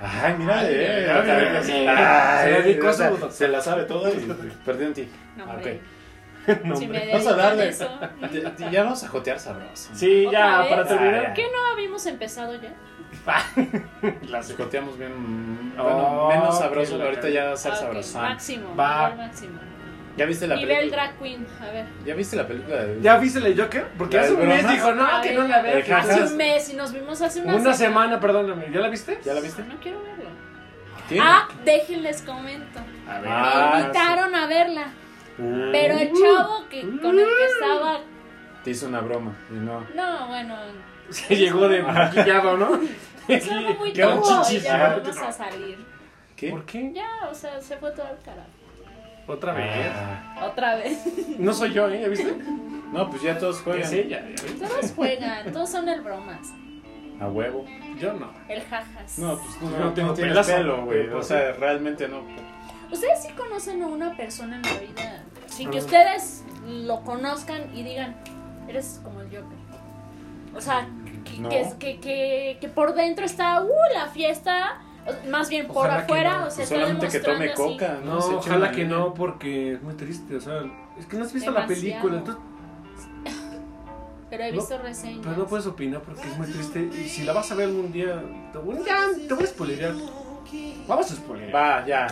S3: Ah,
S2: Ay, mira,
S4: Ay,
S2: eh,
S4: ya,
S2: otra
S4: ya,
S2: vez.
S4: ya,
S2: Ay,
S4: ya. Se
S2: eh,
S4: dedicó a
S2: o sea,
S4: su-
S2: se la sabe todo y perdió en ti.
S3: No,
S2: Ah, ok.
S3: hombre.
S4: No,
S7: Si me
S4: hombre.
S2: Vamos a
S7: dedican
S2: darle.
S7: eso.
S2: Te- te- Ya vamos a jotear sabroso.
S4: Sí,
S3: ¿Otra
S4: ya,
S3: vez?
S4: para
S2: Ah,
S4: terminar.
S3: ¿Qué no habíamos empezado ya?
S4: La
S2: Si
S4: secu-
S2: joteamos bien.
S4: Oh,
S2: bueno, menos sabroso,
S4: qué
S2: pero ahorita ya va a ser
S3: Ah, ok,
S2: sabroso.
S3: Máximo.
S4: Va.
S3: nivel Máximo.
S2: ¿Ya viste la
S3: Nivel
S2: película?
S3: drag queen. A ver.
S2: ¿Ya viste la película de.?
S4: ¿Ya viste la Joker? Porque
S2: ¿La
S4: hace
S2: de
S4: un mes
S2: bromas?
S4: dijo, no,
S3: A
S4: que
S3: ver,
S4: no la veas.
S2: Ajá.
S3: Hace un mes y nos vimos hace una,
S4: Una semana, perdóname. ¿Ya la viste?
S2: ¿Ya la viste?
S3: No quiero verla.
S2: ¿Qué?
S3: Ah, déjenles comento.
S4: A ver.
S2: Ah,
S3: Me invitaron a verla.
S2: Ah,
S3: Pero el chavo que
S2: uh.
S3: con el que estaba.
S2: Te hizo una broma. Y no.
S3: No, bueno.
S4: Se llegó de
S2: Ah.
S4: maquillado, ¿no?
S3: Es algo muy
S4: Qué
S3: tonto y
S4: chichis,
S3: ya
S4: ¿no?
S3: vamos a salir.
S2: ¿Qué?
S4: ¿Por qué?
S3: Ya, o sea, se fue todo al carajo.
S4: Otra vez.
S2: Ah.
S3: Otra vez.
S4: No soy yo, ¿eh? ¿Ya viste?
S2: No, pues ya todos juegan.
S4: Es ella. ¿ya ves?
S3: Todos juegan, todos son el bromas,
S2: A huevo.
S4: Yo no.
S3: el jajas.
S2: No, pues
S4: Yo
S2: no,
S4: no tengo
S2: no tienes
S4: pelazo.
S2: pelo, güey. O
S4: Pues,
S2: sea, realmente no.
S3: ¿Ustedes sí conocen a una persona en la vida sin que ustedes lo conozcan y digan, eres como el Joker? O sea, que,
S2: No.
S3: que, que, que- que por dentro está, uh, la fiesta, o- más bien por
S4: Ojalá que
S3: afuera, o
S4: no.
S3: sea,
S2: Pues
S3: está
S2: solamente que
S3: demostrando
S2: tome
S3: así.
S2: coca, ¿no?
S4: No,
S2: Se eche
S4: ojalá
S2: una
S4: que
S2: línea.
S4: no, porque es muy triste. O sea, es que no has visto la
S3: Demasiado.
S4: película. Entonces,
S3: Pero he
S4: No,
S3: visto reseñas.
S4: pero no puedes opinar porque es muy triste. Y si la vas a ver algún día, te voy, ya, te voy a spoilear. Vamos a spoilear.
S2: Va, ya.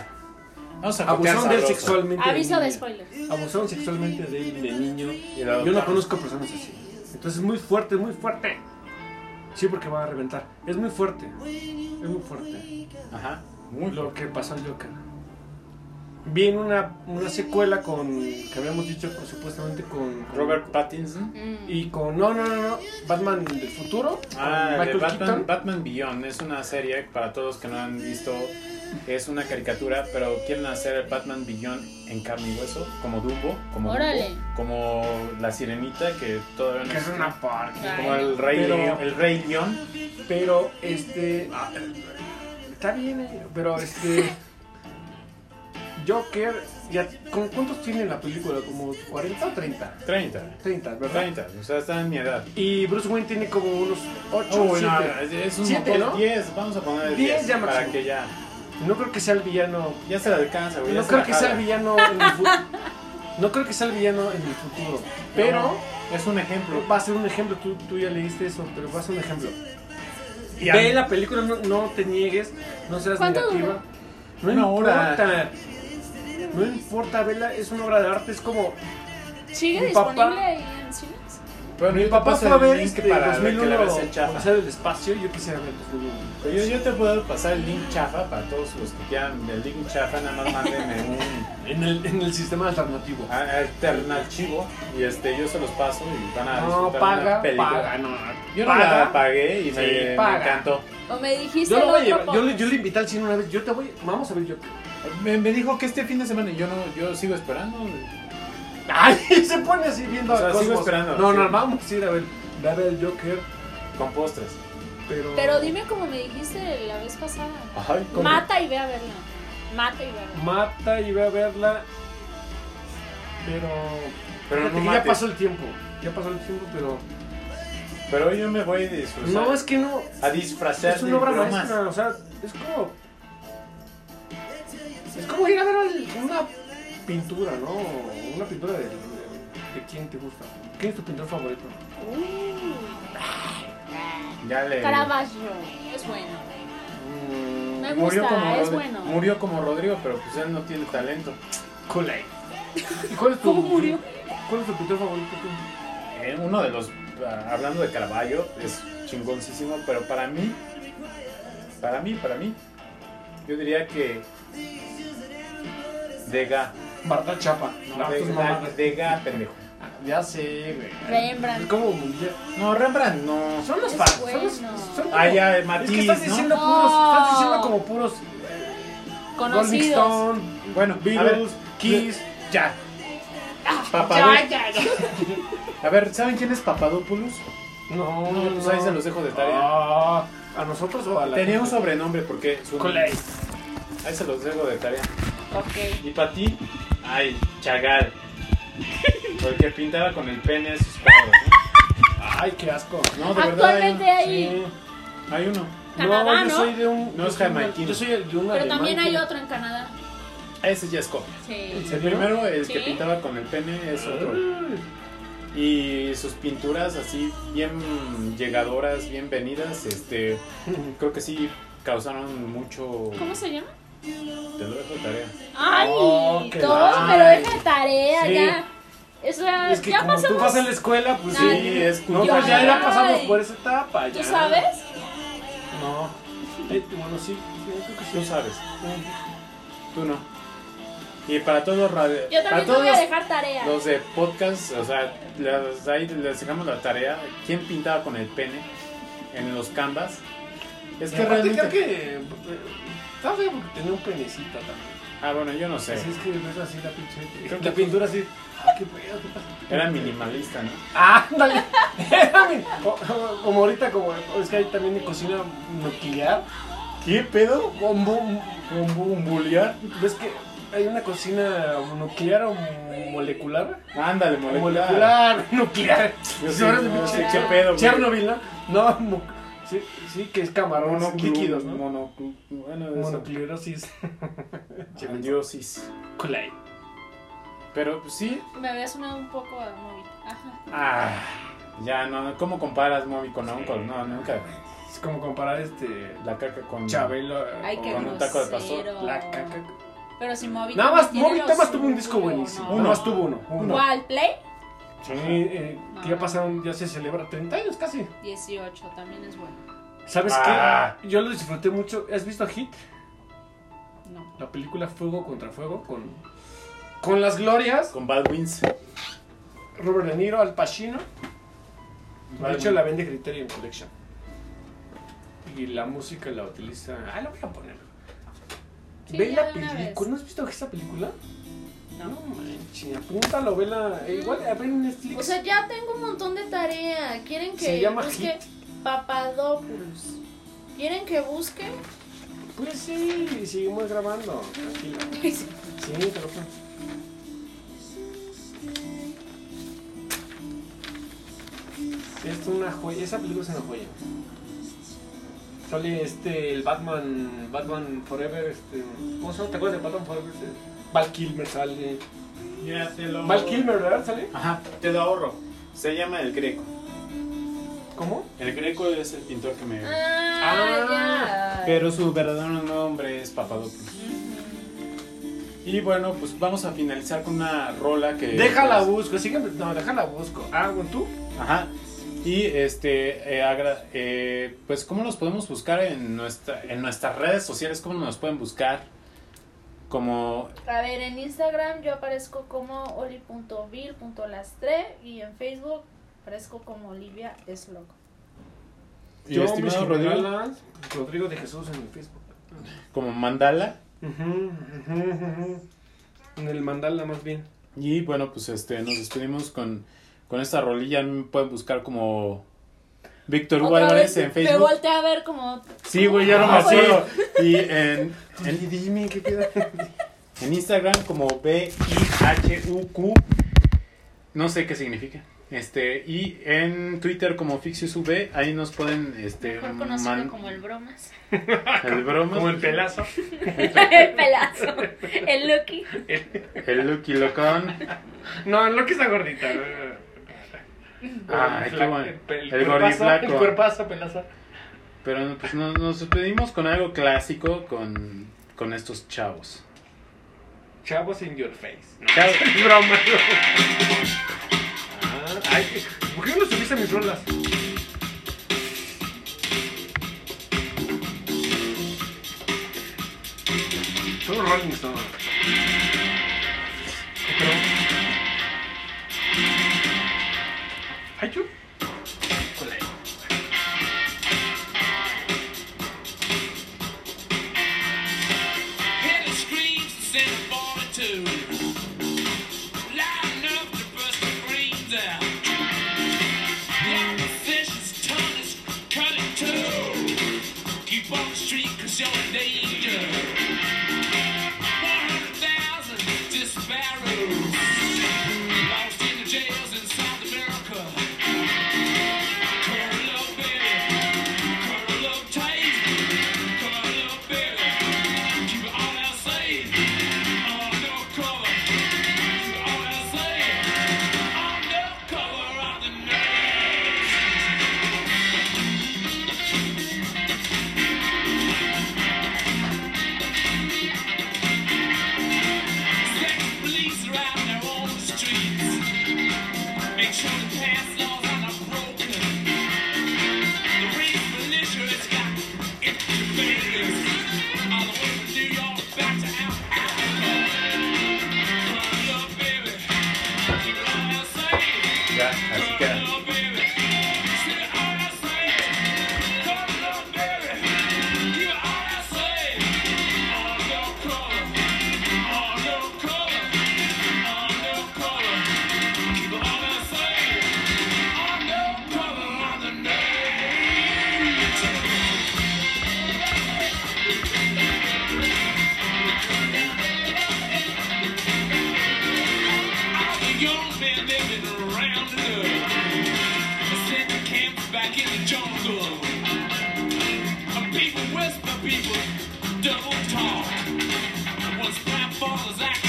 S2: Vamos a jotear
S4: Abusaron de él
S2: sabroso.
S4: sexualmente.
S3: Aviso de
S4: niño.
S3: spoilers.
S4: Abusaron sexualmente de él de niño.
S2: Y la
S4: Yo no
S2: adoptaron.
S4: conozco personas así. Entonces es muy fuerte, muy fuerte. Sí, porque va a reventar. Es muy fuerte. Es muy fuerte.
S2: Ajá. Muy
S4: Lo que pasó al Joker. Vi en una, una secuela con. que habíamos dicho con- supuestamente con. con-
S2: Robert Pattinson.
S3: Mm.
S4: Y con. No, no, no, no. Batman del futuro. con
S2: Ah, de
S4: Michael
S2: Batman,
S4: Keaton.
S2: Batman Beyond. Es una serie para todos que no han visto. Es una caricatura, pero quieren hacer el Batman Beyond en carne y hueso, como Dumbo, como Dumbo,
S3: Órale.
S2: como la Sirenita que todavía no
S4: que es
S2: existe,
S4: una parte.
S2: como el Rey
S4: Pero-
S2: León- el Rey León.
S4: Pero este. ah, Está bien, eh, pero este. Joker, ya, ¿con cuántos tiene la película? ¿Como 40 o 30?
S2: 30.
S4: 30, ¿verdad?
S2: 30, o sea, está en mi edad.
S4: Y Bruce Wayne tiene como unos 8
S2: Uy, no,
S4: no.
S2: Oh, es un
S4: Siete,
S2: montón.
S4: ¿no?
S2: 10, vamos a poner el
S4: Diez
S2: 10
S4: ya
S2: para
S4: máximo.
S2: que ya
S4: creo que sea el villano.
S2: ya se la alcanza, güey. ya
S4: No
S2: se
S4: creo
S2: la
S4: que sea
S2: jala.
S4: el villano en el futuro. No creo que sea el villano en el futuro. Pero
S2: es un ejemplo.
S4: va a ser un ejemplo. Tú, tú ya leíste eso, pero va a ser un ejemplo.
S2: Y a-
S4: Ve la película, no, no te niegues, no seas
S3: ¿Cuánto
S4: negativa. No
S2: Una hora.
S4: importa. No importa, vela, es una obra de arte, es como
S3: ¿Sigue
S4: mi papá-
S3: disponible ahí en cines?
S2: Bueno, mi papá
S4: Papá
S2: se
S4: fue a ver
S2: que
S4: este
S2: para que
S4: 2001
S2: la versión chafa.
S4: Odisea del espacio, yo quisiera ver 2001.
S2: Pero yo, yo te puedo pasar el link chafa para todos los que quieran el link chafa, nada más mándenme un
S4: En el, en el sistema alternativo.
S2: a- alternativo y este yo se los paso y van a
S4: no,
S2: disfrutar de
S4: paga,
S2: una película.
S4: paga, no.
S2: Yo no
S4: paga.
S2: la pagué y me,
S4: Sí,
S2: me
S4: paga.
S2: encantó.
S3: ¿O me dijiste
S4: Yo lo
S3: el
S4: voy a
S3: otro
S4: llevar, yo, le-
S3: podcast?
S4: yo le invité al cine una vez, yo te voy, vamos a ver Joker.
S2: Me, me dijo que este fin de semana y yo no yo sigo esperando.
S4: Ay, se pone así viendo
S2: O sea,
S4: al
S2: sigo
S4: cosmos.
S2: esperando,
S4: No,
S2: sí.
S4: no, vamos a ir a ver, a ver el Joker,
S2: Con postres.
S4: pero...
S3: Pero dime como me dijiste la vez pasada.
S2: Ay, ¿cómo?
S3: Mata y ve a verla. Mata y ve a verla.
S4: Mata y ve a verla, pero...
S2: Pero
S4: Fíjate
S2: no
S4: que ya
S2: mates.
S4: pasó el tiempo, ya pasó el tiempo, pero...
S2: Pero yo me voy a disfrazar.
S4: no, es que no,
S2: a disfrazar
S4: es
S2: de
S4: una obra
S2: bromas.
S4: maestra, o sea, es como. Es como ir a ver al- una pintura, ¿no? Una pintura de, de, de quién te gusta. ¿Quién es tu pintor favorito?
S2: Ya
S4: Eh.
S2: le.
S3: Caravaggio.
S7: Es bueno.
S4: Mm,
S7: Me
S2: Murió como,
S7: gusta, es
S2: Rodri-
S7: bueno.
S2: murió como Rodrigo, pero pues él no tiene talento.
S4: Kool-Aid. ¿Y cuál es tu,
S3: ¿Cómo murió?
S4: ¿Cuál es tu pintor favorito? tú?
S2: Eh, uno de los, ah, hablando de Caravaggio, es chingoncísimo, pero para mí, para mí, para mí, yo diría que Degas,
S4: Barda Chapa. No,
S2: no,
S4: tus
S2: Degas,
S4: mamadas.
S2: Degas, pendejo.
S4: Ya sé, güey.
S7: Rembrandt.
S4: ¿Cómo humillar?
S2: No, Rembrandt no.
S4: Son los
S7: Es
S4: fans.
S7: bueno.
S4: Son los, son
S2: Ah, ya,
S4: Es que
S2: Matisse,
S4: estás
S2: ¿no?
S4: diciendo
S7: ¿no?
S4: puros, estás diciendo
S7: No.
S4: como puros Rolling
S7: Conocidos.
S4: Stone,
S2: Bueno, a ver,
S4: Beatles, Kiss.
S2: ya.
S7: Ya,
S2: Papadopoulos.
S7: ya, ya.
S2: A ver, ¿saben quién es Papadopoulos?
S4: No,
S2: No, pues ahí se los dejo de tarea.
S4: Ah, ¿A nosotros o a la
S2: Tenía un sobrenombre porque su
S4: Kool-Aid.
S2: Ahí se los dejo de tarea.
S7: Ok.
S2: Y para ti, ay, Chagal. Porque pintaba con el pene de sus padres.
S4: Ay, qué asco.
S2: No, No, de verdad. hay
S3: Actualmente
S2: uno.
S3: hay.
S2: Hay uno.
S7: Canadá,
S4: yo
S7: ¿no?
S4: soy de un.
S2: No
S4: yo
S2: es
S4: soy de un-
S2: jamaiquino.
S4: Yo soy de un
S7: Pero también hay
S4: que-
S7: otro en Canadá.
S2: Ese ya es copia.
S7: Sí.
S2: El primero, el que
S7: Sí.
S2: pintaba con el pene, es otro.
S4: Mm.
S2: Y sus pinturas así, bien llegadoras, bien venidas, este, creo que sí causaron mucho.
S7: ¿Cómo se llama?
S2: Te lo dejo de tarea.
S3: Ay,
S4: Oh, qué
S3: todo,
S4: mal.
S3: pero deja de tarea
S4: Sí.
S3: ya. O sea,
S4: Es que
S3: ya
S4: como tú
S3: pasamos.
S4: vas a la escuela, pues
S2: Sí,
S4: sí.
S2: es
S4: No,
S2: cultura.
S4: pues ya, ya
S7: Ay.
S4: pasamos por esa etapa.
S7: ¿Tú
S4: ya.
S7: sabes?
S4: No. Eh, bueno, sí. sí, yo creo que
S2: Tú
S4: sí.
S2: sabes, tú no. Y para todos, radio-
S7: Yo
S2: para
S7: también te
S2: todos
S7: voy a dejar tarea.
S2: los de podcast, o sea, les- ahí les dejamos la tarea. ¿Quién pintaba con el pene en los canvas? Es
S4: Es
S2: que
S4: que realmente.
S2: realmente.
S4: Creo que. eh, Estaba feo porque tenía un penecita también.
S2: Ah, bueno, yo no sé.
S4: Así es que ves así la pinche.
S2: Creo
S4: La
S2: que-
S4: pintura así. Ah, qué pedo, qué pasa.
S2: Era minimalista, ¿no?
S4: Ándale. Era mi- o- o- Como ahorita, como es que hay también mi cocina nuclear.
S2: ¿Qué pedo?
S4: Un bu-
S2: ¿Un, bu- un bulliar?
S4: ¿Ves que hay una cocina nuclear o molecular?
S2: Ándale, molecular.
S4: Molecular, nuclear.
S2: Yo
S4: Sí,
S2: sí,
S4: ahora es
S2: no,
S4: mi-
S2: sí, qué pedo, güey.
S4: Chernobyl, ¿no? No, mu- sí, sí, que es camarón
S2: Monoclu-
S4: líquidos, ¿no?
S2: monoclu- bueno, eso.
S4: Monoclerosis.
S2: Andiosis.
S4: Kool-Aid.
S2: Pero pues, sí.
S7: Me había sonado un poco a móvil. Ajá.
S2: Ah, ya no. ¿Cómo comparas Moby con Uncle? No, nunca.
S4: Es como comparar este.
S2: La caca con.
S4: Chabelo. eh,
S7: Ay, qué
S4: con
S2: Con un taco de pastor.
S7: grosero.
S4: La caca.
S7: Pero si Moby
S4: Nada más,
S7: tiene
S4: Moby
S7: lo
S4: nada más tuvo un
S7: suyo,
S4: disco buenísimo.
S7: ¿no?
S4: Nada más tuvo uno. uno.
S7: ¿Cuál? ¿Play?
S4: Sí, eh, que ya pasaron, ya se celebra 30 años casi.
S7: 18, también es bueno.
S4: ¿Sabes
S2: Ah.
S4: qué? Yo lo disfruté mucho. ¿Has visto Hit?
S7: No.
S4: La película Fuego contra Fuego con, con las glorias.
S2: Con Bad Wins.
S4: Robert De Niro, Al Pacino. De
S2: Vale.
S4: hecho, la vende Criterion Collection. Y la música la utiliza. Ah, la voy a poner.
S7: Sí,
S4: ve
S7: ya
S4: la
S7: de una
S4: película.
S7: vez.
S4: ¿No has visto esa película?
S7: No.
S4: manches. Apúntalo, vela. eh, igual, a ver en Netflix.
S7: O sea, ya tengo un montón de tarea. Quieren que
S4: Se llama
S7: busque Papadopoulos. Quieren que busque.
S4: Pues sí, seguimos grabando. Tranquilo. Sí, te lo pongo. Es una joya, esa película es una joya. Sale este, el Batman, Batman Forever, este, ¿cómo se llama? ¿Te acuerdas de Batman Forever? Este, Val Kilmer sale.
S2: Ya te lo.
S4: Val Kilmer, ¿verdad? ¿Sale?
S2: Ajá, te lo ahorro. Se llama El Greco.
S4: ¿Cómo?
S2: El Greco es el pintor que me.
S7: Ah, ya.
S2: Pero su verdadero nombre es Papadopoulos. Y bueno, pues vamos a finalizar con una rola
S6: Eh,
S2: que. pues,
S4: Déjala
S6: pues.
S4: busco, sígueme, no, déjala busco. Ah, bueno, ¿tú?
S2: Ajá. Y este, eh, agra- eh, pues, ¿cómo los podemos buscar en, nuestra, en nuestras redes sociales? ¿Cómo nos pueden buscar? Como
S7: A ver, en Instagram yo aparezco como oli.vil.lastre y en Facebook aparezco como Olivia es loco.
S2: y estimado
S4: mis
S2: Rodrigo,
S4: novelas, Rodrigo de Jesús en Facebook.
S2: como Mandala.
S4: Ujú, ujú, ujú. En el mandala más bien.
S2: Y bueno, pues este, nos despedimos con, con esta rolilla. Me pueden buscar como Víctor Hugo
S7: Otra vez
S2: Álvarez en
S7: Me
S2: Facebook.
S7: volteé a ver como.
S2: Sí, güey, ya no me
S4: Ah, güey.
S2: acuerdo. Y en, en,
S4: dime qué queda.
S2: en Instagram como B-I-H-U-Q. No sé qué significa. Este, y en Twitter como FixiusV, ahí nos pueden este,
S3: Mejor conocido
S2: man-
S3: como el bromas.
S2: el bromas,
S6: Como el pelazo.
S3: el pelazo. El Lucky.
S2: el Lucky Locón,
S6: No, lo que está gordita. eh,
S2: Ay,
S6: el
S2: qué
S6: fla-
S2: bueno.
S6: pe-
S2: El
S6: cuerpazo,
S2: gordiflaco.
S6: El cuerpazo, pelazo.
S2: Pero pues, nos, nos despedimos con algo clásico con, con estos chavos.
S6: Chavos in your face. No,
S2: Chavos.
S6: broma. Ah, ay, qué- ¿Por qué no lo subiste a mis rolas? Son los Rolling Stones. Pero- Ay, yo. Híjole.
S9: Hear the screams that send a boy to Loud enough to burst the brains out The opposition's tongue is cut in two Keep on the street cause you're in danger 100,000 disparos Lost in the jails in South America Curl up, baby Curl up tight Curl up, baby Keep it all outside, under cover. Keep it all outside, under cover of the night. Set the police around their own streets. Make sure the past laws are not broken. The real militia has got incubators all the way from New York back to Alabama. Curl up, baby. Keep it all outside.
S2: Ya, así
S9: Curl
S2: que
S9: up, baby. Keep it all outside. Curl up, baby. Keep it all outside. All your color. All your color. All your color. Keep it all outside. All your color on the night. All the young men living around the hood. They send the camps back in the jungle. A people whisper, people double talk. Once blindfolders act